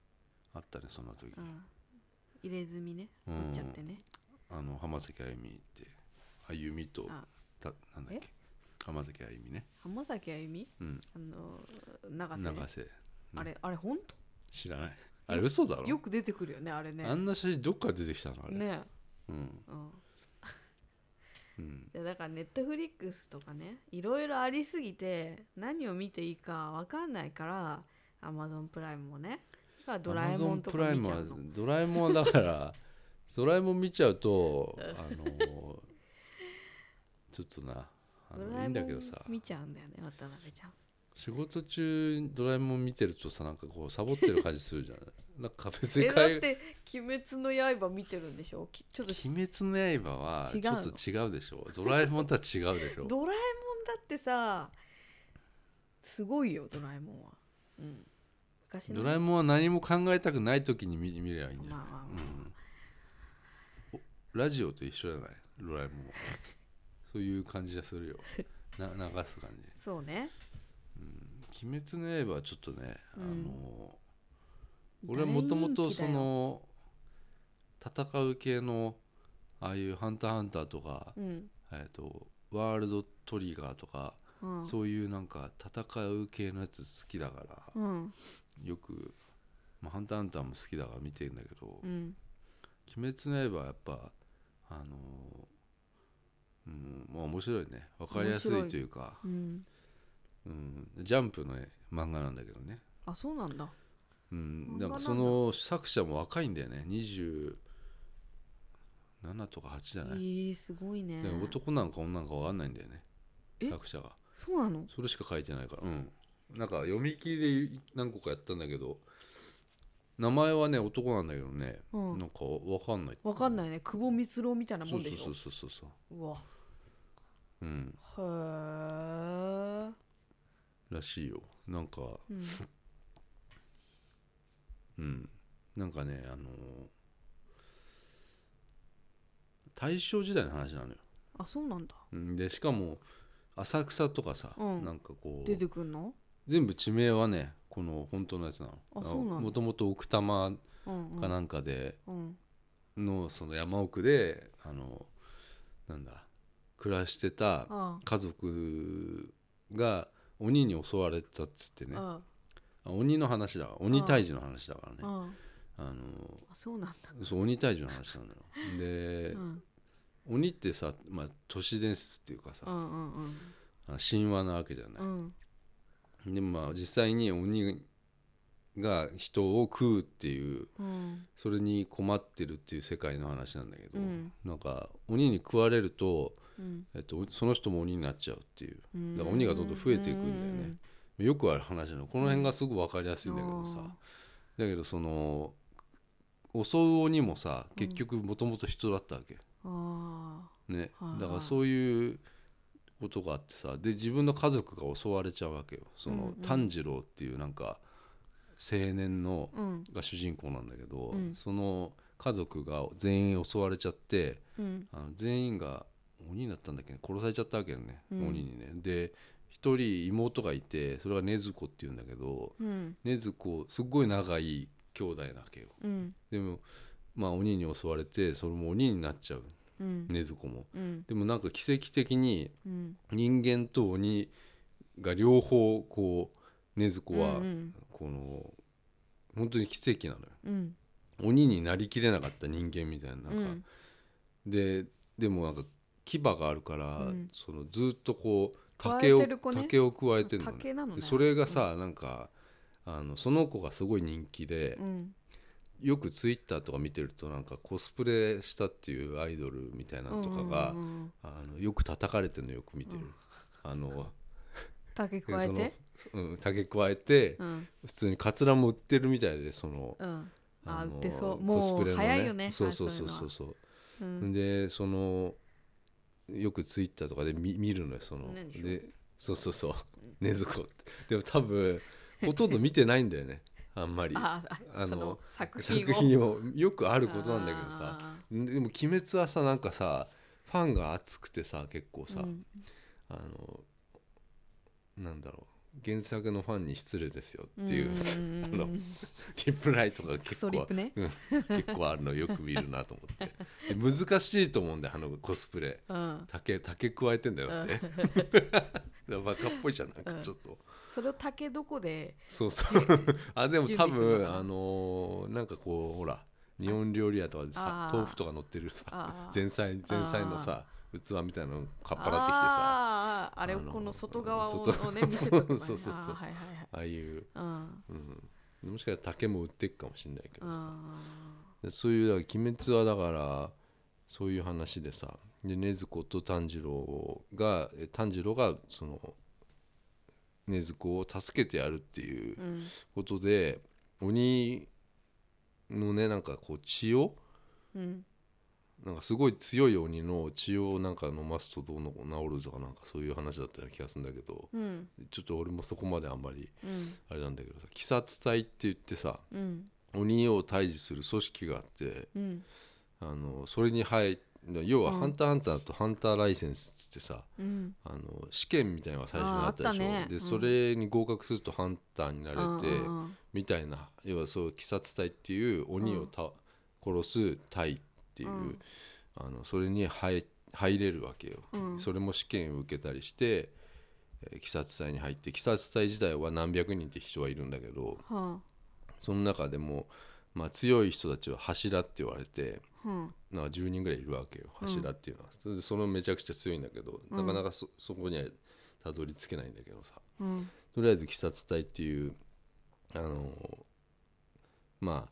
[SPEAKER 1] あったねそんな時、
[SPEAKER 2] うん入れ墨ね
[SPEAKER 1] うん
[SPEAKER 2] 持っちゃってね
[SPEAKER 1] あの浜崎あゆみってあゆみと
[SPEAKER 2] あ
[SPEAKER 1] たなんだっけ浜崎あゆみね
[SPEAKER 2] 浜崎あゆみ
[SPEAKER 1] うん
[SPEAKER 2] あの長瀬ね
[SPEAKER 1] 永瀬
[SPEAKER 2] あれあれ本
[SPEAKER 1] 知らないあれ嘘だろ
[SPEAKER 2] 当よく出てくるよねあれね
[SPEAKER 1] あんな写真どっから出てきたのあれ、
[SPEAKER 2] ね
[SPEAKER 1] うん
[SPEAKER 2] うん
[SPEAKER 1] うん
[SPEAKER 2] いやだからネットフリックスとかねいろいろありすぎて何を見ていいかわかんないからアマゾンプライムもねだからドラえもんとか見ちゃう
[SPEAKER 1] Amazon プ
[SPEAKER 2] の
[SPEAKER 1] ライムはドラえもんはだから ドラえもん見ちゃうとあのちょっとなあ
[SPEAKER 2] ド
[SPEAKER 1] の
[SPEAKER 2] ラ
[SPEAKER 1] い
[SPEAKER 2] え
[SPEAKER 1] いん
[SPEAKER 2] も
[SPEAKER 1] だけど
[SPEAKER 2] ん
[SPEAKER 1] さ
[SPEAKER 2] 見ちゃうんだよね渡辺ちゃん
[SPEAKER 1] 仕事中ドラえもん見てるとさなんかこうサボってる感じするじゃんなんか別に
[SPEAKER 2] えだっ
[SPEAKER 1] 海
[SPEAKER 2] て「鬼滅の刃」見てるんでしょきちょっと
[SPEAKER 1] 鬼滅の刃は
[SPEAKER 2] 違
[SPEAKER 1] ち
[SPEAKER 2] うの
[SPEAKER 1] ょっと違うでしょドラえもんとは違うでし ょ
[SPEAKER 2] ドラえもんだってさすごいよドラえもんは、うん、昔の
[SPEAKER 1] ドラえもんは何も考えたくない時に見見ればいいんじゃない、
[SPEAKER 2] まあまあまあ
[SPEAKER 1] うんおラジオと一緒じゃないドラえもんはそういう感じがする よな流す感
[SPEAKER 2] そうね
[SPEAKER 1] じ「鬼滅の刃」はちょっとね、
[SPEAKER 2] うん
[SPEAKER 1] あの俺はもともとその戦う系のああいう「ハンターハンター」とか、
[SPEAKER 2] 大人気
[SPEAKER 1] えーと「ワールドトリガー」とか、
[SPEAKER 2] だようんうん
[SPEAKER 1] そういうなんか戦う系のやつ好きだから、
[SPEAKER 2] うん
[SPEAKER 1] よく「まあ、ハンターハンター」も好きだから見てるんだけど、
[SPEAKER 2] うん
[SPEAKER 1] 鬼滅の刃はやっぱあのーうんまあ面白いね分かりやすいというか
[SPEAKER 2] うん
[SPEAKER 1] うん、ジャンプのね漫画なんだけどね、
[SPEAKER 2] あそうなんだ
[SPEAKER 1] うん、な
[SPEAKER 2] 漫画なんんだ
[SPEAKER 1] かその作者も若いんだよね27とか8じゃ
[SPEAKER 2] え
[SPEAKER 1] ない、
[SPEAKER 2] ー、すごいね
[SPEAKER 1] でも男なんか女なんか分かんないんだよね
[SPEAKER 2] え
[SPEAKER 1] 作者が
[SPEAKER 2] そうなの
[SPEAKER 1] それしか書いてないからうんなんか読み切り何個かやったんだけど名前はね男なんだけどね、
[SPEAKER 2] うん
[SPEAKER 1] なんか分かんない
[SPEAKER 2] わかん
[SPEAKER 1] ない
[SPEAKER 2] ないね久保光郎みたいな
[SPEAKER 1] そ
[SPEAKER 2] も
[SPEAKER 1] うんそ
[SPEAKER 2] で
[SPEAKER 1] う
[SPEAKER 2] しょ
[SPEAKER 1] そうそうそうそう
[SPEAKER 2] うわ
[SPEAKER 1] うん、
[SPEAKER 2] へー
[SPEAKER 1] らしいよなんか
[SPEAKER 2] うん
[SPEAKER 1] うんなんかねあのー大正時代の話なのよ、
[SPEAKER 2] あそうなんだ
[SPEAKER 1] うん、でしかも浅草とかさ、
[SPEAKER 2] うん
[SPEAKER 1] なんかこ
[SPEAKER 2] 出
[SPEAKER 1] う
[SPEAKER 2] てくんの
[SPEAKER 1] 全部地名はねこの本当のやつな
[SPEAKER 2] あそう
[SPEAKER 1] の
[SPEAKER 2] なの
[SPEAKER 1] もともと奥多摩
[SPEAKER 2] うんうん
[SPEAKER 1] かなんかで
[SPEAKER 2] うん
[SPEAKER 1] のその山奥であのなんだ暮らしてた
[SPEAKER 2] あ
[SPEAKER 1] 家族が鬼に襲われてたっつって
[SPEAKER 2] あ
[SPEAKER 1] ね
[SPEAKER 2] あ
[SPEAKER 1] あ鬼の話だから鬼退治の話だからね
[SPEAKER 2] ああ
[SPEAKER 1] あの
[SPEAKER 2] あそうなんだ、
[SPEAKER 1] そう鬼退治の話なのよで
[SPEAKER 2] う、ん、
[SPEAKER 1] 鬼ってさ、まあ、都市伝説っていうか
[SPEAKER 2] う
[SPEAKER 1] さ、
[SPEAKER 2] んうんうん
[SPEAKER 1] あの神話なわけじゃない、
[SPEAKER 2] うん
[SPEAKER 1] でもまあ実際に鬼が人を食うっていう
[SPEAKER 2] うん
[SPEAKER 1] それに困ってるっていう世界の話なんだけど、
[SPEAKER 2] うん
[SPEAKER 1] なんか鬼に食われると、
[SPEAKER 2] うん
[SPEAKER 1] えっと、その人も鬼になっちゃうっていう
[SPEAKER 2] うん
[SPEAKER 1] だから鬼がどんどん増えていくんだよねよくある話なのこの辺がすごく分かりやすいんだけどさ、
[SPEAKER 2] うん
[SPEAKER 1] だけどその襲う鬼もさ
[SPEAKER 2] うん
[SPEAKER 1] 結局もともと人だったわけ、
[SPEAKER 2] あ
[SPEAKER 1] ね
[SPEAKER 2] はいはい
[SPEAKER 1] だからそういうことがあってさで自分の家族が襲われちゃうわけよその、
[SPEAKER 2] うんうん
[SPEAKER 1] 炭治郎っていうなんか青年の
[SPEAKER 2] あうん
[SPEAKER 1] が主人公なんだけど、
[SPEAKER 2] うん
[SPEAKER 1] その家族が全員襲われちゃって
[SPEAKER 2] うん
[SPEAKER 1] あの全員が鬼だったんだっけど殺されちゃったわけよね、
[SPEAKER 2] うん
[SPEAKER 1] 鬼にねで一人妹がいてそれが禰豆子っていうんだけど
[SPEAKER 2] うん
[SPEAKER 1] 禰豆子すっごい仲いい兄弟なわけよ
[SPEAKER 2] うん
[SPEAKER 1] でもまあ鬼に襲われてそれも鬼になっちゃう
[SPEAKER 2] うん
[SPEAKER 1] 禰豆子も
[SPEAKER 2] うん
[SPEAKER 1] でもなんか奇跡的に
[SPEAKER 2] うん
[SPEAKER 1] 人間と鬼が両方こう禰豆子は
[SPEAKER 2] うん
[SPEAKER 1] この本当に奇跡なのよ
[SPEAKER 2] うん
[SPEAKER 1] 鬼になりきれなかった人間みたいななんか、
[SPEAKER 2] うん
[SPEAKER 1] ででもなんか牙があるから、
[SPEAKER 2] うん
[SPEAKER 1] そのずっとこう
[SPEAKER 2] 加え
[SPEAKER 1] 竹を
[SPEAKER 2] てる子ね
[SPEAKER 1] 竹を加えてるの,、
[SPEAKER 2] 竹なのね
[SPEAKER 1] でそれがさ、なんかあのその子がすごい人気で
[SPEAKER 2] う、ん
[SPEAKER 1] よくツイッターとか見てるとなんかコスプレしたっていうアイドルみたいなのとかが、
[SPEAKER 2] うんうんうんうん
[SPEAKER 1] あのよく叩かれてるのよく見てる。
[SPEAKER 2] うん
[SPEAKER 1] あの
[SPEAKER 2] 竹 加え
[SPEAKER 1] その
[SPEAKER 2] て、
[SPEAKER 1] うん、竹加えて、
[SPEAKER 2] うん
[SPEAKER 1] 普通にカツラも売ってるみたいでその、
[SPEAKER 2] うんあ
[SPEAKER 1] あの
[SPEAKER 2] 売ってそう
[SPEAKER 1] コス
[SPEAKER 2] も
[SPEAKER 1] プレ
[SPEAKER 2] う
[SPEAKER 1] の
[SPEAKER 2] 早いよね
[SPEAKER 1] そうそうそうそうそう
[SPEAKER 2] う
[SPEAKER 1] うんんでそのよくツイッターとかで見見るのよその
[SPEAKER 2] 何でしょう
[SPEAKER 1] でそうそうそう禰豆子ってでも多分ほとんど見てないんだよ ねあんまり
[SPEAKER 2] ああ
[SPEAKER 1] あの
[SPEAKER 2] その作品を
[SPEAKER 1] 作品をよくあることなんだけどさ
[SPEAKER 2] あ
[SPEAKER 1] でも「鬼滅」はさなんかさファンが熱くてさ結構
[SPEAKER 2] ー
[SPEAKER 1] さ、
[SPEAKER 2] うん
[SPEAKER 1] あのなんだろう原作のファンに失礼ですよって いう、
[SPEAKER 2] んん
[SPEAKER 1] あのリプライとか
[SPEAKER 2] ク
[SPEAKER 1] 結
[SPEAKER 2] ソリッ
[SPEAKER 1] 構
[SPEAKER 2] プね
[SPEAKER 1] 結構あるのよく見るなと思ってで難しいと思うんだよあのコスプレ
[SPEAKER 2] うん
[SPEAKER 1] 竹竹加えてんだよだってだからバカっぽいじゃんなんかちょっと、
[SPEAKER 2] それを竹どこで
[SPEAKER 1] そうそう あでも多
[SPEAKER 2] 準備するの
[SPEAKER 1] 分
[SPEAKER 2] かな
[SPEAKER 1] あのーなんかこうほら日本料理屋とかでさ
[SPEAKER 2] あー
[SPEAKER 1] 豆腐とか乗ってるさ
[SPEAKER 2] あー
[SPEAKER 1] 前菜前菜のさ器みたいなのかっぱらってきてさ
[SPEAKER 2] あーあれを
[SPEAKER 1] あの
[SPEAKER 2] この外側を
[SPEAKER 1] 外
[SPEAKER 2] をね見せとくのね
[SPEAKER 1] そうそうそうそう
[SPEAKER 2] あーはいはいはい
[SPEAKER 1] ああいう、
[SPEAKER 2] うん
[SPEAKER 1] うん、もしかしたら竹も売ってくかもしれないけどさ
[SPEAKER 2] あ
[SPEAKER 1] でそういうだから鬼滅はだからそういう話でさで禰豆子と炭治郎がえ炭治郎がその禰豆子を助けてやるっていう
[SPEAKER 2] ーうん
[SPEAKER 1] ことで、鬼のねなんかこう血を
[SPEAKER 2] うん
[SPEAKER 1] なんかすごい強い鬼の血をなんか飲ますとどうの治るとかなんかそういう話だったような気がするんだけど
[SPEAKER 2] うん
[SPEAKER 1] ちょっと俺もそこまであんまり
[SPEAKER 2] うん
[SPEAKER 1] あれなんだけどさ鬼殺隊って言ってさ
[SPEAKER 2] うん
[SPEAKER 1] 鬼を退治する組織があって
[SPEAKER 2] うん
[SPEAKER 1] あのそれに入要は「
[SPEAKER 2] うん
[SPEAKER 1] ハンターハンター」と「ハンターライセンス」っつってさ、
[SPEAKER 2] うん
[SPEAKER 1] あの試験みたいなのが最初にあったでしょ
[SPEAKER 2] あーあったね
[SPEAKER 1] で、
[SPEAKER 2] うん
[SPEAKER 1] それに合格するとハンターになれて
[SPEAKER 2] うん
[SPEAKER 1] みたいな要はそう鬼殺隊っていう鬼をた、殺す隊っていう、
[SPEAKER 2] うん
[SPEAKER 1] あのそれに入入れるわけよ、
[SPEAKER 2] うん
[SPEAKER 1] それも試験を受けたりして、えー鬼殺隊に入って鬼殺隊自体は何百人って人はいるんだけど
[SPEAKER 2] は
[SPEAKER 1] その中でも、まあ、強い人たちは柱って言われて。
[SPEAKER 2] あは
[SPEAKER 1] なんか10人ぐらいいるわけよ
[SPEAKER 2] うん
[SPEAKER 1] 柱っていうのは、それでそのめちゃくちゃ強いんだけど、
[SPEAKER 2] うん
[SPEAKER 1] なかなかそそこにはたどり着けないんだけどさ
[SPEAKER 2] あうん
[SPEAKER 1] とりあえず鬼殺隊っていうあのーまあ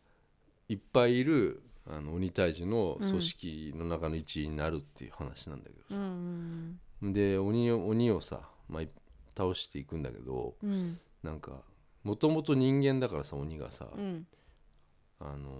[SPEAKER 1] いっぱいいるあの鬼退治の組織の中の一員になるっていう話なんだけど
[SPEAKER 2] うんう
[SPEAKER 1] さ、
[SPEAKER 2] ん
[SPEAKER 1] で鬼を鬼をさ、まあ、い倒していくんだけど
[SPEAKER 2] うん
[SPEAKER 1] なんかもともと人間だからさ鬼がさ、
[SPEAKER 2] うん
[SPEAKER 1] あのー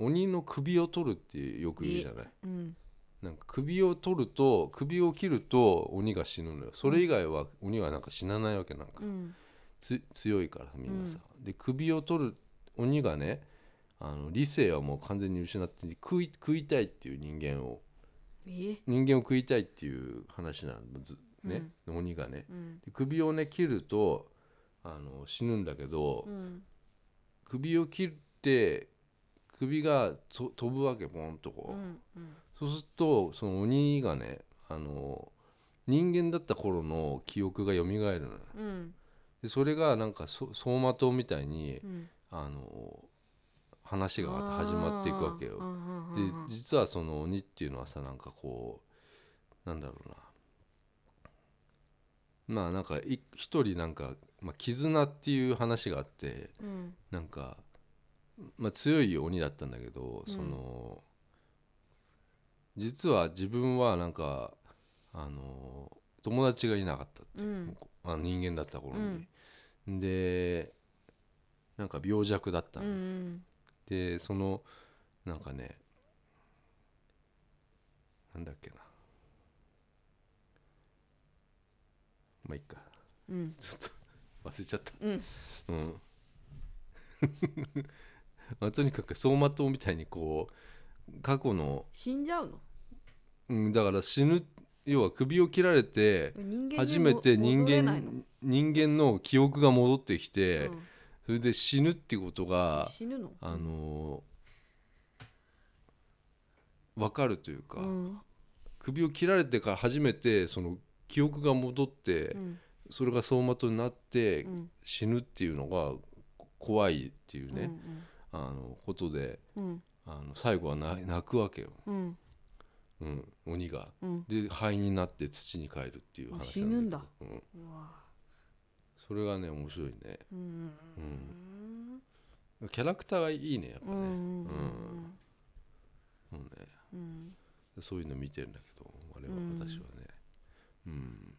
[SPEAKER 1] 鬼の首を取るってよく言うじゃない。
[SPEAKER 2] うん
[SPEAKER 1] なんか首を取ると首を切ると鬼が死ぬのよそれ以外は鬼はなんか死なないわけなんか、
[SPEAKER 2] うん
[SPEAKER 1] つ強いからみんなさ、で首を取る鬼がねあの理性はもう完全に失って食い食いたいっていう人間を
[SPEAKER 2] え
[SPEAKER 1] 人間を食いたいっていう話なのずね、鬼がね
[SPEAKER 2] うん
[SPEAKER 1] で首をね切るとあの死ぬんだけど、
[SPEAKER 2] うん
[SPEAKER 1] 首を切って首がと飛ぶわけボーンとこう、
[SPEAKER 2] うんうん
[SPEAKER 1] そうするとその鬼がねあの人間だった頃の記憶が蘇るのよ
[SPEAKER 2] うん
[SPEAKER 1] でそれがなんかそ走馬灯みたいに
[SPEAKER 2] うん
[SPEAKER 1] あの話がまた始まっていくわけよ。で実はその鬼っていうのはさなんかこうなんだろうなまあなんかい一人なんか、まあ、絆っていう話があって
[SPEAKER 2] うん
[SPEAKER 1] なんか、まあ、強い鬼だったんだけど
[SPEAKER 2] うん
[SPEAKER 1] その、実は自分はなんかあの友達がいなかったっていう、
[SPEAKER 2] うん
[SPEAKER 1] あの人間だった頃に。でなんか病弱だった
[SPEAKER 2] う
[SPEAKER 1] の、
[SPEAKER 2] ん
[SPEAKER 1] でそのなんかねなんだっけなまあいいか
[SPEAKER 2] うん
[SPEAKER 1] ちょっと 忘れちゃった
[SPEAKER 2] うん
[SPEAKER 1] うん まあとにかく走馬灯みたいにこう過去の、
[SPEAKER 2] 死んじゃうの
[SPEAKER 1] うん、だから死ぬ要は首を切られて
[SPEAKER 2] 人間にも
[SPEAKER 1] 初めて人
[SPEAKER 2] 戻れないの
[SPEAKER 1] 間人間の記憶が戻ってきて、
[SPEAKER 2] うん
[SPEAKER 1] それで死ぬっていうことが
[SPEAKER 2] 死ぬの
[SPEAKER 1] あのー、分かるというか、
[SPEAKER 2] うん
[SPEAKER 1] 首を切られてから初めてその記憶が戻って、
[SPEAKER 2] うん
[SPEAKER 1] それが走馬灯になって
[SPEAKER 2] うん
[SPEAKER 1] 死ぬっていうのがこ怖いっていう
[SPEAKER 2] う
[SPEAKER 1] ね、
[SPEAKER 2] ん
[SPEAKER 1] あのことで
[SPEAKER 2] うん
[SPEAKER 1] あの最後はな泣くわけよ、
[SPEAKER 2] うん
[SPEAKER 1] うん、鬼が。
[SPEAKER 2] うん
[SPEAKER 1] で灰になって土に帰るっていう話なんけど
[SPEAKER 2] あ死ぬんだ
[SPEAKER 1] うん、
[SPEAKER 2] うわ
[SPEAKER 1] それがね面白いね
[SPEAKER 2] うん
[SPEAKER 1] キャラクターがいいねやっぱ
[SPEAKER 2] う
[SPEAKER 1] ね,、
[SPEAKER 2] ん
[SPEAKER 1] もうね
[SPEAKER 2] うん
[SPEAKER 1] そういうの見てるんだけどあれは
[SPEAKER 2] うん
[SPEAKER 1] 私はねうん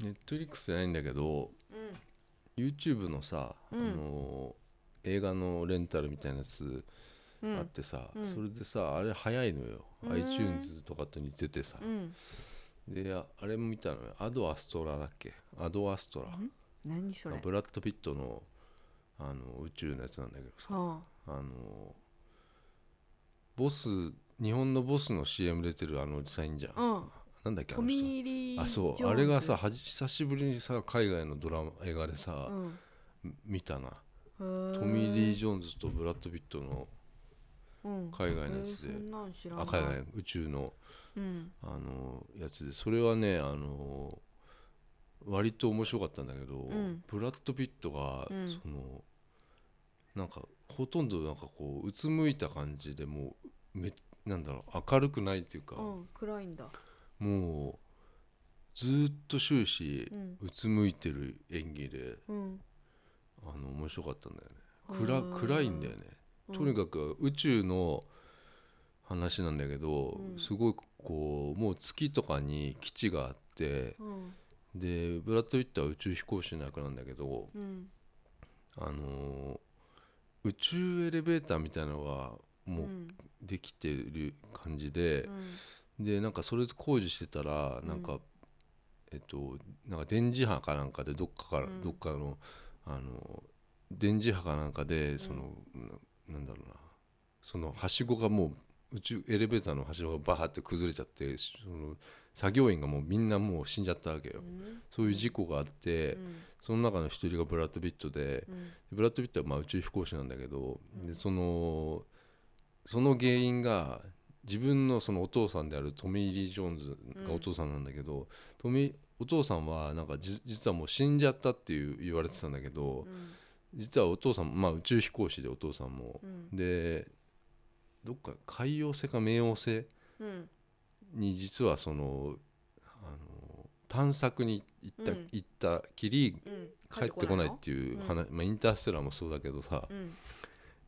[SPEAKER 1] ネットリックスじゃないんだけど YouTube のさ、
[SPEAKER 2] うん
[SPEAKER 1] あの映画のレンタルみたいなやつ
[SPEAKER 2] うん
[SPEAKER 1] あってさ、
[SPEAKER 2] うん
[SPEAKER 1] それでさあれ早いのよ、
[SPEAKER 2] うん
[SPEAKER 1] iTunes とかと似ててさ、
[SPEAKER 2] うん
[SPEAKER 1] でああれも見たのよアドアストラだっけアドアストラ、
[SPEAKER 2] ん何それ
[SPEAKER 1] ブラッド・ピットのあの宇宙のやつなんだけどさ
[SPEAKER 2] は
[SPEAKER 1] あのボス日本のボスの CM 出てるあのおじさんいんじゃん、
[SPEAKER 2] あうん
[SPEAKER 1] なんだっけあ
[SPEAKER 2] ト
[SPEAKER 1] の人
[SPEAKER 2] ミーリー
[SPEAKER 1] あそうあれがさはじ久しぶりにさ海外のドラマ映画でさ、見たなト
[SPEAKER 2] ト
[SPEAKER 1] ミー・リー・ジョーンズとブラッド・ピットの
[SPEAKER 2] うん
[SPEAKER 1] 海外のやつで
[SPEAKER 2] えーそんなん知らない
[SPEAKER 1] あ海外宇宙の
[SPEAKER 2] うん
[SPEAKER 1] あのやつでそれはねあの割と面白かったんだけど、
[SPEAKER 2] ん
[SPEAKER 1] ブラッド・ピットが、
[SPEAKER 2] うん
[SPEAKER 1] そのなんかほとんどなんかこううつむいた感じでもうめなんだろう明るくないっていうか、
[SPEAKER 2] うん暗いんだ
[SPEAKER 1] もうずーっと終始
[SPEAKER 2] う、ん
[SPEAKER 1] うつむいてる演技で。
[SPEAKER 2] うん
[SPEAKER 1] あの面白かったんだよね
[SPEAKER 2] うん
[SPEAKER 1] 暗暗いんだよね、とに
[SPEAKER 2] か
[SPEAKER 1] かく宇宙の話なんだけど、
[SPEAKER 2] うん
[SPEAKER 1] すごいこうもう月とかに基地があって
[SPEAKER 2] くうん
[SPEAKER 1] でブラッド・ウィットは宇宙飛行士の役なんだけど
[SPEAKER 2] うん
[SPEAKER 1] あのー宇宙エレベーターみたいなのがもううできてる感じで
[SPEAKER 2] う、ん
[SPEAKER 1] でなんかそれ工事してたらなんか、
[SPEAKER 2] う
[SPEAKER 1] えっとなんか電磁波かなんかでどっかから、
[SPEAKER 2] うん
[SPEAKER 1] どっかのあの電磁波かなんかで
[SPEAKER 2] ん
[SPEAKER 1] その、ななんだろうなそのはしごがもう宇宙エレベーターのはしごがバーって崩れちゃってその作業員がもうみんなもう死んじゃったわけよ、
[SPEAKER 2] うん
[SPEAKER 1] そういう事故があって、
[SPEAKER 2] うん
[SPEAKER 1] その中の一人がブラッド・ビットで、
[SPEAKER 2] うん
[SPEAKER 1] ブラッド・ビットはまあ宇宙飛行士なんだけど、
[SPEAKER 2] うん
[SPEAKER 1] でそのその原因が自分のそのお父さんであるトミー・リー・ジョーンズがお父さんなんだけど、トミーお父さんはなんかじ実はもう死んじゃったっていう言われてたんだけど
[SPEAKER 2] うん
[SPEAKER 1] 実はお父さん、まあ、宇宙飛行士でお父さんも
[SPEAKER 2] う、ん
[SPEAKER 1] でどっか海洋星か冥王星
[SPEAKER 2] うん
[SPEAKER 1] に実はそのあの探索に行った,、
[SPEAKER 2] うん
[SPEAKER 1] 行ったきり
[SPEAKER 2] うん
[SPEAKER 1] 帰ってこないっ
[SPEAKER 2] の
[SPEAKER 1] ていう
[SPEAKER 2] うん
[SPEAKER 1] 話、まあ、インターステラーもそうだけどさ、
[SPEAKER 2] うん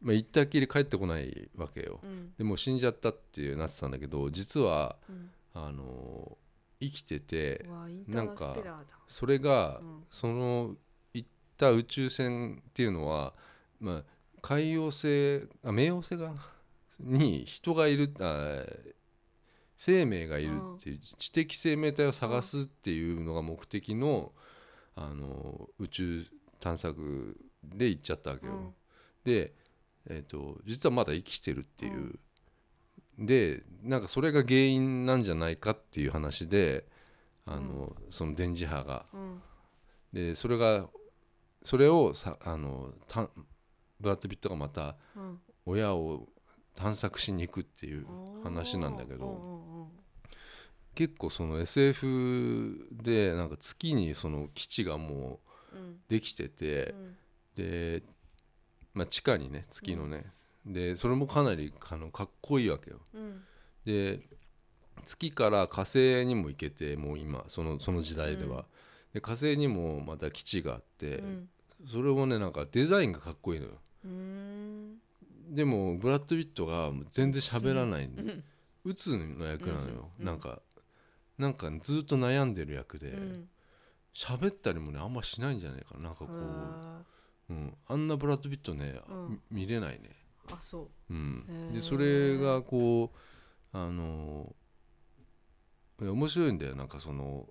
[SPEAKER 1] まあ、行ったっきり帰ってこないわけよ、
[SPEAKER 2] うん
[SPEAKER 1] でもう死んじゃったっていうなってたんだけど実は
[SPEAKER 2] うん
[SPEAKER 1] あのー生きてて
[SPEAKER 2] うわインタ
[SPEAKER 1] なん
[SPEAKER 2] ー
[SPEAKER 1] か
[SPEAKER 2] ステラーだ
[SPEAKER 1] それが、
[SPEAKER 2] うん
[SPEAKER 1] その行った宇宙船っていうのは、まあ、海洋星あ冥王星かな に人がいるあー生命がいるっていう、知的生命体を探すっていうのが目的の、あのー宇宙探索で行っちゃったわけよ。
[SPEAKER 2] うん
[SPEAKER 1] で、えー、と実はまだ生きてるっていうう、でなんかそれが原因なんじゃないかっていう話であの、その電磁波が
[SPEAKER 2] うん
[SPEAKER 1] でそれがそれをさあのたブラッド・ピットがまた
[SPEAKER 2] うん
[SPEAKER 1] 親を探索しに行くっていう話なんだけ
[SPEAKER 2] う
[SPEAKER 1] ど
[SPEAKER 2] んうんうん
[SPEAKER 1] 結構その SF でなんか月にその基地がもう
[SPEAKER 2] うん
[SPEAKER 1] できてて、
[SPEAKER 2] うん
[SPEAKER 1] で、まあ、地下にね月のね、でそれもかなりあのかっこいいわけよ
[SPEAKER 2] うん
[SPEAKER 1] で月から火星にも行けてもう今そのその時代では、
[SPEAKER 2] うん
[SPEAKER 1] で火星にもまた基地があって、
[SPEAKER 2] うん
[SPEAKER 1] それもねなんかデザインがかっこいいのよ
[SPEAKER 2] うーん
[SPEAKER 1] でもブラッド・ピットが全然喋らない、
[SPEAKER 2] うん
[SPEAKER 1] うつの役なのよ、
[SPEAKER 2] うん
[SPEAKER 1] なんかなんかずっと悩んでる役で
[SPEAKER 2] うん
[SPEAKER 1] 喋、ったりもねあんましないんじゃないかななんかこう、
[SPEAKER 2] あ
[SPEAKER 1] うん、あんなブラッド・ピットね、
[SPEAKER 2] うん
[SPEAKER 1] み見れないね、
[SPEAKER 2] ーあそう
[SPEAKER 1] うん、
[SPEAKER 2] へ
[SPEAKER 1] で
[SPEAKER 2] ー
[SPEAKER 1] それがこうあのいや面白いんだよなんかその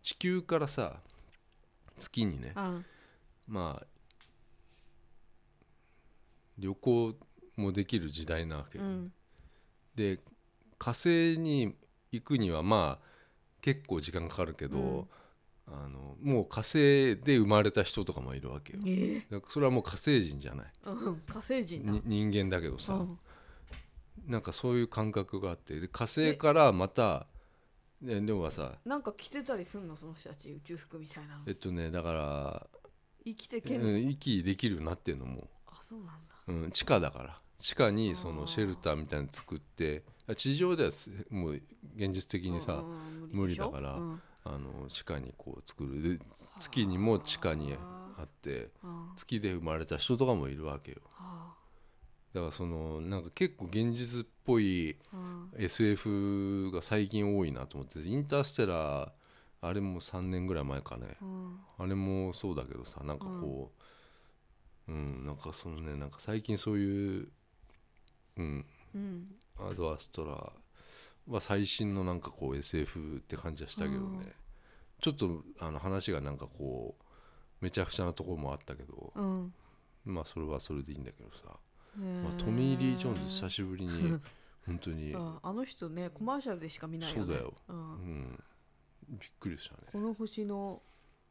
[SPEAKER 1] 地球からさ月にね
[SPEAKER 2] あ
[SPEAKER 1] まあ旅行もできる時代なわけ
[SPEAKER 2] う
[SPEAKER 1] よ、
[SPEAKER 2] ん
[SPEAKER 1] で火星に行くにはまあ結構時間かかるけど、あのもう火星で生まれた人とかもいるわけよ
[SPEAKER 2] えー
[SPEAKER 1] だからそれはもう火星人じゃない
[SPEAKER 2] うん火星人だ
[SPEAKER 1] に人間だけどさ、
[SPEAKER 2] うん
[SPEAKER 1] なんかそういう感覚があってで火星からまたねでもさ
[SPEAKER 2] なんか着てたりすんのその人たち宇宙服みたいなの
[SPEAKER 1] えっとねだから、
[SPEAKER 2] 生きて
[SPEAKER 1] う
[SPEAKER 2] けんの
[SPEAKER 1] ん、息できるようになってんのも
[SPEAKER 2] あそうなんだ
[SPEAKER 1] う、うん、地下だから地下
[SPEAKER 2] あ
[SPEAKER 1] に
[SPEAKER 2] ー
[SPEAKER 1] そのシェルターみたいなの作って地上ではすもう現実的にさ
[SPEAKER 2] うんうんうん
[SPEAKER 1] 無理
[SPEAKER 2] でしょ
[SPEAKER 1] だから
[SPEAKER 2] うん
[SPEAKER 1] あの地下にこう作るで月にも地下に
[SPEAKER 2] は
[SPEAKER 1] あって
[SPEAKER 2] あうんは
[SPEAKER 1] 月で生まれた人とかもいるわけよ
[SPEAKER 2] あ
[SPEAKER 1] だからそのなんか結構現実っぽい
[SPEAKER 2] うん
[SPEAKER 1] SF が最近多いなと思ってインターステラーあれも3年ぐらい前かね
[SPEAKER 2] うん
[SPEAKER 1] あれもそうだけどさなんかこううん、なんかそのねなんか最近そういううん
[SPEAKER 2] うん
[SPEAKER 1] アドアストラは最新のなんかこう SF って感じはしたけどね、
[SPEAKER 2] うん
[SPEAKER 1] ちょっとあの話がなんかこうめちゃくちゃなところもあったけど、
[SPEAKER 2] うん
[SPEAKER 1] まあそれはそれでいいんだけどさ、ま
[SPEAKER 2] ま
[SPEAKER 1] あ、トミー・リー・ジョーンズ久しぶり に本当に、
[SPEAKER 2] ああの人ねコマーシャルでしか見ないよね
[SPEAKER 1] そうだよ
[SPEAKER 2] うん
[SPEAKER 1] うん、びっくりしたね
[SPEAKER 2] この星の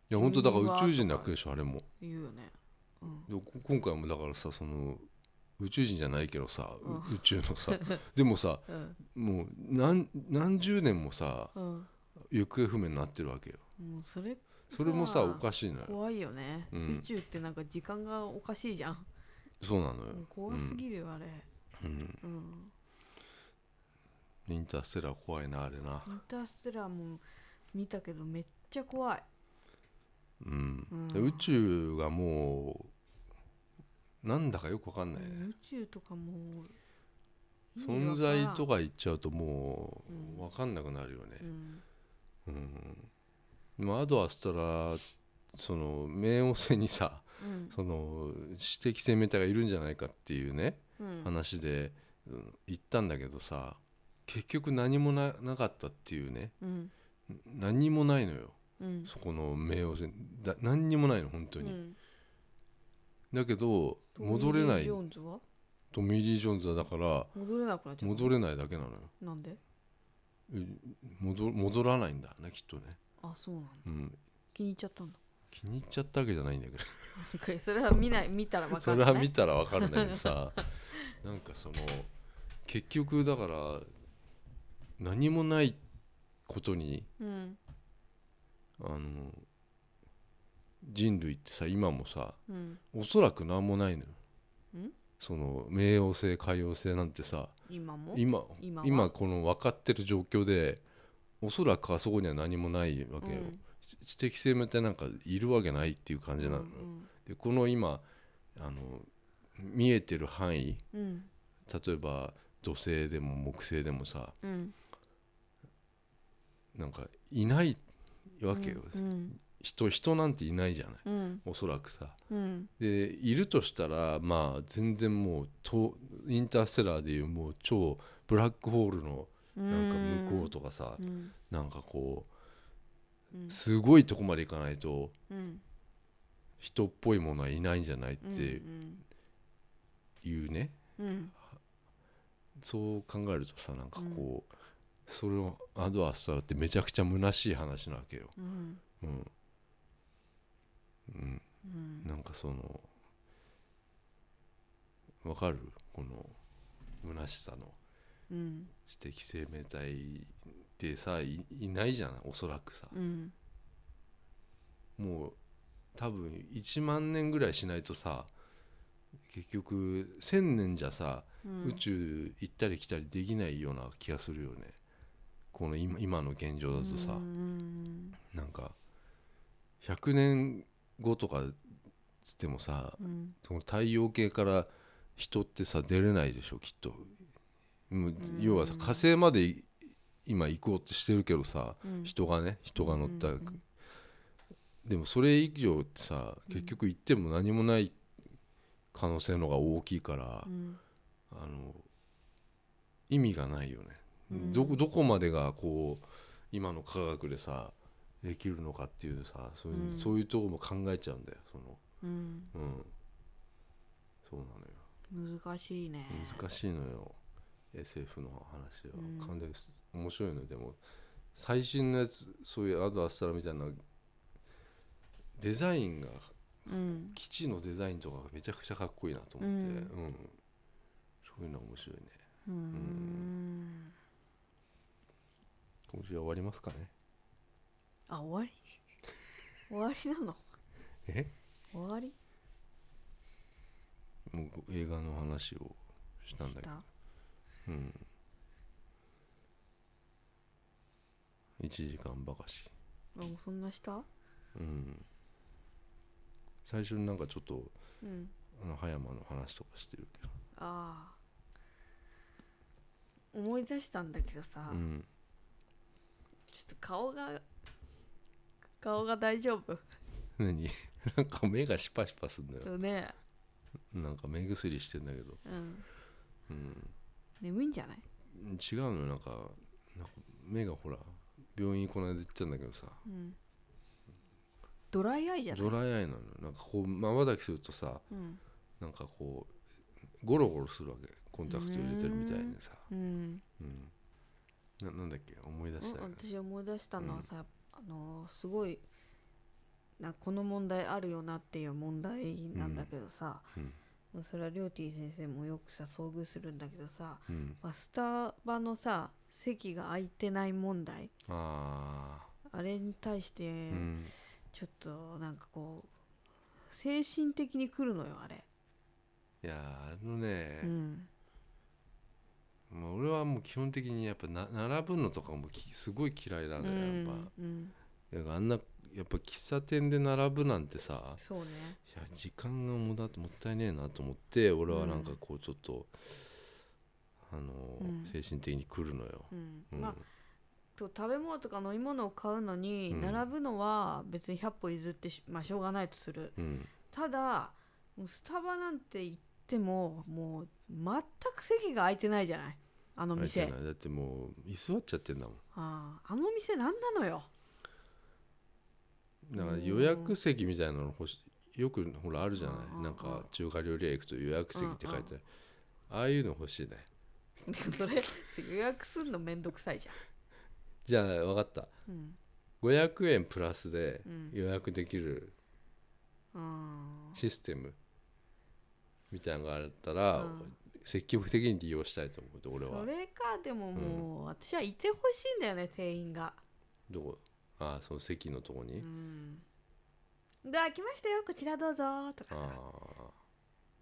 [SPEAKER 1] いや本当だから宇宙人なわけでしょあれも
[SPEAKER 2] 言うよねうん
[SPEAKER 1] でこ今回もだからさその宇宙人じゃないけどさ、う
[SPEAKER 2] うん
[SPEAKER 1] 宇宙のさ でもさ
[SPEAKER 2] うん
[SPEAKER 1] もう何何十年もさ
[SPEAKER 2] うん
[SPEAKER 1] 行方不明になってるわけよ
[SPEAKER 2] もうそれ
[SPEAKER 1] それもさ
[SPEAKER 2] さあ
[SPEAKER 1] おかしいのよ
[SPEAKER 2] 怖いよね、
[SPEAKER 1] うん
[SPEAKER 2] 宇宙ってなんか時間がおかしいじゃん、
[SPEAKER 1] そうなのよ
[SPEAKER 2] もう、怖すぎるよあれ
[SPEAKER 1] うん、
[SPEAKER 2] うん
[SPEAKER 1] インターステラー怖いなあれな
[SPEAKER 2] インターステラーも見たけどめっちゃ怖い
[SPEAKER 1] うん、
[SPEAKER 2] うん
[SPEAKER 1] で宇宙がもうなんだかよくわかんないね、
[SPEAKER 2] 宇宙とかもう意味
[SPEAKER 1] 存
[SPEAKER 2] わからん
[SPEAKER 1] 在とか言っちゃうとも
[SPEAKER 2] うん
[SPEAKER 1] うわかんなくなるよね、
[SPEAKER 2] うん
[SPEAKER 1] うん、でもアドアストラその冥王星にさ
[SPEAKER 2] うん
[SPEAKER 1] その私的生命体がいるんじゃないかっていうね
[SPEAKER 2] うん
[SPEAKER 1] 話で、うん言ったんだけどさ結局何もななかったっていうね
[SPEAKER 2] うん
[SPEAKER 1] 何もないのよ
[SPEAKER 2] うん
[SPEAKER 1] そこの冥王星だ何にもないの本当に、
[SPEAKER 2] うん
[SPEAKER 1] だけど戻れな
[SPEAKER 2] トミーリ
[SPEAKER 1] い
[SPEAKER 2] ージョーンズは
[SPEAKER 1] トミー・リー・ジョーンズはだから
[SPEAKER 2] 戻れなくなっちゃった
[SPEAKER 1] 戻れないだけなのよ
[SPEAKER 2] なんで
[SPEAKER 1] うん戻戻らないんだねきっとね、
[SPEAKER 2] あそうなんだ
[SPEAKER 1] うん、
[SPEAKER 2] 気に入っちゃったんだ
[SPEAKER 1] 気に入っちゃったわけじゃないんだけど
[SPEAKER 2] それは見ない見たら分か
[SPEAKER 1] そ
[SPEAKER 2] る、
[SPEAKER 1] れ
[SPEAKER 2] ね、
[SPEAKER 1] は見たらわかるんだけど さなんかその結局だから何もないことに
[SPEAKER 2] うん
[SPEAKER 1] あの人類ってさ今もさ
[SPEAKER 2] うん
[SPEAKER 1] おそらく何もないのよ
[SPEAKER 2] ん
[SPEAKER 1] その冥王星海王星なんてさ
[SPEAKER 2] 今も
[SPEAKER 1] 今
[SPEAKER 2] 今
[SPEAKER 1] 今
[SPEAKER 2] は
[SPEAKER 1] この分かってる状況でおそらくあそこには何もないわけよ、
[SPEAKER 2] うん
[SPEAKER 1] 知的生命体なんかいるわけないっていう感じなのよ、
[SPEAKER 2] うん
[SPEAKER 1] でこの今あの見えてる範囲
[SPEAKER 2] うん
[SPEAKER 1] 例えば土星でも木星でもさ
[SPEAKER 2] うん
[SPEAKER 1] なんかいないわけよ、
[SPEAKER 2] うん
[SPEAKER 1] 人人なんていないじゃない
[SPEAKER 2] うん
[SPEAKER 1] おそらくさ
[SPEAKER 2] うん
[SPEAKER 1] でいるとしたらまあ全然もうとインターステラーでいうもう超ブラックホールの
[SPEAKER 2] うん
[SPEAKER 1] なんか向こうとかさ、
[SPEAKER 2] うん
[SPEAKER 1] なんかこ
[SPEAKER 2] うん
[SPEAKER 1] うすごいとこまで行かないと
[SPEAKER 2] うん
[SPEAKER 1] 人っぽいものはいないんじゃないっ
[SPEAKER 2] うん
[SPEAKER 1] ていうね、
[SPEAKER 2] うん
[SPEAKER 1] そう考えるとさなんかこう、それをアドアストラってめちゃくちゃ虚しい話なわけよ。
[SPEAKER 2] うん
[SPEAKER 1] うん、うん、
[SPEAKER 2] うん
[SPEAKER 1] なんかそのわかるこの虚しさの
[SPEAKER 2] うん
[SPEAKER 1] 知的生命体ってさいいないじゃないおそらくさ
[SPEAKER 2] うん
[SPEAKER 1] もう多分1万年ぐらいしないとさ結局1,000年じゃさ、
[SPEAKER 2] うん
[SPEAKER 1] 宇宙行ったり来たりできないような気がするよねこの今今の現状だとさ、
[SPEAKER 2] うん
[SPEAKER 1] なんか100年後とかつってもさ
[SPEAKER 2] うん
[SPEAKER 1] その太陽系から人ってさ出れないでしょきっともう要はさ
[SPEAKER 2] うん
[SPEAKER 1] 火星までい今行こうとしてるけどさ
[SPEAKER 2] うん
[SPEAKER 1] 人がね人が乗った、
[SPEAKER 2] うん
[SPEAKER 1] でもそれ以上ってさ
[SPEAKER 2] うん
[SPEAKER 1] 結局行っても何もない可能性の方が大きいから
[SPEAKER 2] う、ん
[SPEAKER 1] あの意味がないよね、
[SPEAKER 2] うん
[SPEAKER 1] どこどこまでがこう今の科学でさできるのかっていうさそういう,、
[SPEAKER 2] うん
[SPEAKER 1] そういうとこも考えちゃうんだよその
[SPEAKER 2] うん
[SPEAKER 1] うんそうなのよ
[SPEAKER 2] 難しいね
[SPEAKER 1] 難しいのよ SF の話は、
[SPEAKER 2] うん
[SPEAKER 1] 完全にす面白いのよでも最新のやつそういうアドアスタラみたいなデザインが
[SPEAKER 2] うん
[SPEAKER 1] 基地のデザインとかがめちゃくちゃかっこいいなと思って、
[SPEAKER 2] うん
[SPEAKER 1] うんそういうのは面白いね
[SPEAKER 2] うーん
[SPEAKER 1] 今週は終わりますかね
[SPEAKER 2] あ終わり終わりなの
[SPEAKER 1] え
[SPEAKER 2] 終わり
[SPEAKER 1] もう映画の話をしたんだ
[SPEAKER 2] し
[SPEAKER 1] けど
[SPEAKER 2] た
[SPEAKER 1] うん1時間ばかし
[SPEAKER 2] あもうそんなした
[SPEAKER 1] うん最初になんかちょっと
[SPEAKER 2] うん
[SPEAKER 1] あの葉山の話とかしてるけど
[SPEAKER 2] ああ思い出したんだけどさ、
[SPEAKER 1] うん
[SPEAKER 2] ちょっと顔が顔が大丈夫
[SPEAKER 1] 何 なんか目がシパシパすんだよ
[SPEAKER 2] だね
[SPEAKER 1] なんか目薬してんだけど
[SPEAKER 2] うん
[SPEAKER 1] うん
[SPEAKER 2] 眠いんじゃない
[SPEAKER 1] 違うのよなんかなんか目がほら病院この間行ってたんだけどさ
[SPEAKER 2] うんドライアイじゃない
[SPEAKER 1] ドライアイなのよなんかこうまばたきするとさ
[SPEAKER 2] うん
[SPEAKER 1] なんかこうゴロゴロするわけコンタクト入れてるみたいにさ
[SPEAKER 2] うん、
[SPEAKER 1] うんななんだっけ思い出したよ
[SPEAKER 2] うん
[SPEAKER 1] ね
[SPEAKER 2] 私思い出したのはさ、あのーすごいなこの問題あるよなっていう問題なんだけどさ、
[SPEAKER 1] うん
[SPEAKER 2] それはりょうてぃ先生もよくさ遭遇するんだけどさ
[SPEAKER 1] うん
[SPEAKER 2] まあスタバのさ席が空いてない問題
[SPEAKER 1] あ
[SPEAKER 2] あれに対して
[SPEAKER 1] ーうん
[SPEAKER 2] ちょっとなんかこう精神的に来るのよあれ、
[SPEAKER 1] いやーあのね
[SPEAKER 2] うん
[SPEAKER 1] まあ、俺はもう基本的にやっぱな並ぶのとかもきすごい嫌いな
[SPEAKER 2] う
[SPEAKER 1] のよやっ
[SPEAKER 2] ん
[SPEAKER 1] ぱ、
[SPEAKER 2] うん、
[SPEAKER 1] だからあんなやっぱ喫茶店で並ぶなんてさ
[SPEAKER 2] そうね
[SPEAKER 1] いや時間が無駄もったいねえなと思って俺はなんかこうちょっと、あの
[SPEAKER 2] うん
[SPEAKER 1] 精神的に来るのよ、
[SPEAKER 2] うん、
[SPEAKER 1] うん
[SPEAKER 2] まあと食べ物とか飲み物を買うのに
[SPEAKER 1] うん
[SPEAKER 2] 並ぶのは別に100歩譲ってし,、まあ、しょうがないとする
[SPEAKER 1] うん
[SPEAKER 2] ただもうスタバなんて行ってももう全く席が空いてないじゃないあの
[SPEAKER 1] あれ
[SPEAKER 2] 店
[SPEAKER 1] じゃないだってもう居座っちゃってんだも
[SPEAKER 2] あああの店何なのよ
[SPEAKER 1] んだから
[SPEAKER 2] うん
[SPEAKER 1] 予約席みたいなの欲しよくほらあるじゃない、
[SPEAKER 2] うんうんうん
[SPEAKER 1] なんか中華料理屋行くと予約席って書いてある、ああいうの欲しいね
[SPEAKER 2] でもそれ予約すんのめんどくさいじゃ
[SPEAKER 1] じゃあ分かった
[SPEAKER 2] んうん
[SPEAKER 1] 500円プラスで
[SPEAKER 2] うん
[SPEAKER 1] 予約できる
[SPEAKER 2] あー
[SPEAKER 1] システムみたいなのがあったら、
[SPEAKER 2] うん
[SPEAKER 1] 積極的に利用したいと思うと俺は
[SPEAKER 2] それかでももう、私はいてほしいんだよね店員が
[SPEAKER 1] どこああその席のとこに、
[SPEAKER 2] うんであ来ましたよこちらどうぞとか
[SPEAKER 1] あ
[SPEAKER 2] さ
[SPEAKER 1] あ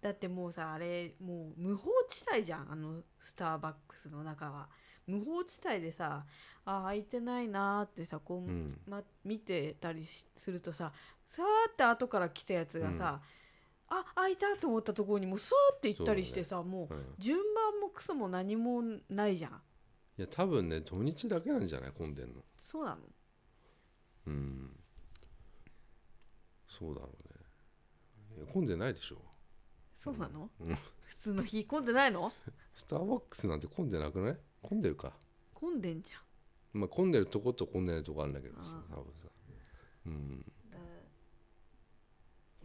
[SPEAKER 2] だってもうさあれもう無法地帯じゃんあのスターバックスの中は無法地帯でさあ空いてないなーってさこ
[SPEAKER 1] う
[SPEAKER 2] う、
[SPEAKER 1] ん
[SPEAKER 2] ま、見てたりしするとささーって後から来たやつがさ、あ空いたと思ったところにもうそーって行ったりしてさもう
[SPEAKER 1] うん
[SPEAKER 2] 順番もクソも何もないじゃん
[SPEAKER 1] いや多分ね土日だけなんじゃない混んでんの
[SPEAKER 2] そうなの
[SPEAKER 1] うんそうだろうねいや混んでないでしょ
[SPEAKER 2] そうなの、
[SPEAKER 1] うん
[SPEAKER 2] 普通の日混んでないの
[SPEAKER 1] スターバックスなんて混んでなくない混んでるか
[SPEAKER 2] 混んでんじゃん
[SPEAKER 1] まあ混んでるとこと混んでないとこあるんだけどさ
[SPEAKER 2] あ
[SPEAKER 1] 多分さうん
[SPEAKER 2] だじゃ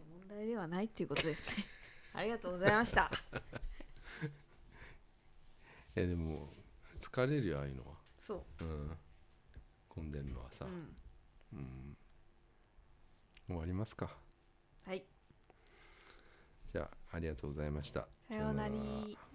[SPEAKER 2] あ問題ではないっていうことです ねありがとうございました
[SPEAKER 1] いやでも疲れるよああいうのは
[SPEAKER 2] そ
[SPEAKER 1] うん混んでるのは
[SPEAKER 2] う、
[SPEAKER 1] さ、
[SPEAKER 2] うん、
[SPEAKER 1] うん終わりますか
[SPEAKER 2] はい
[SPEAKER 1] じゃあありがとうございました
[SPEAKER 2] さような
[SPEAKER 1] さ
[SPEAKER 2] ら
[SPEAKER 1] ようなら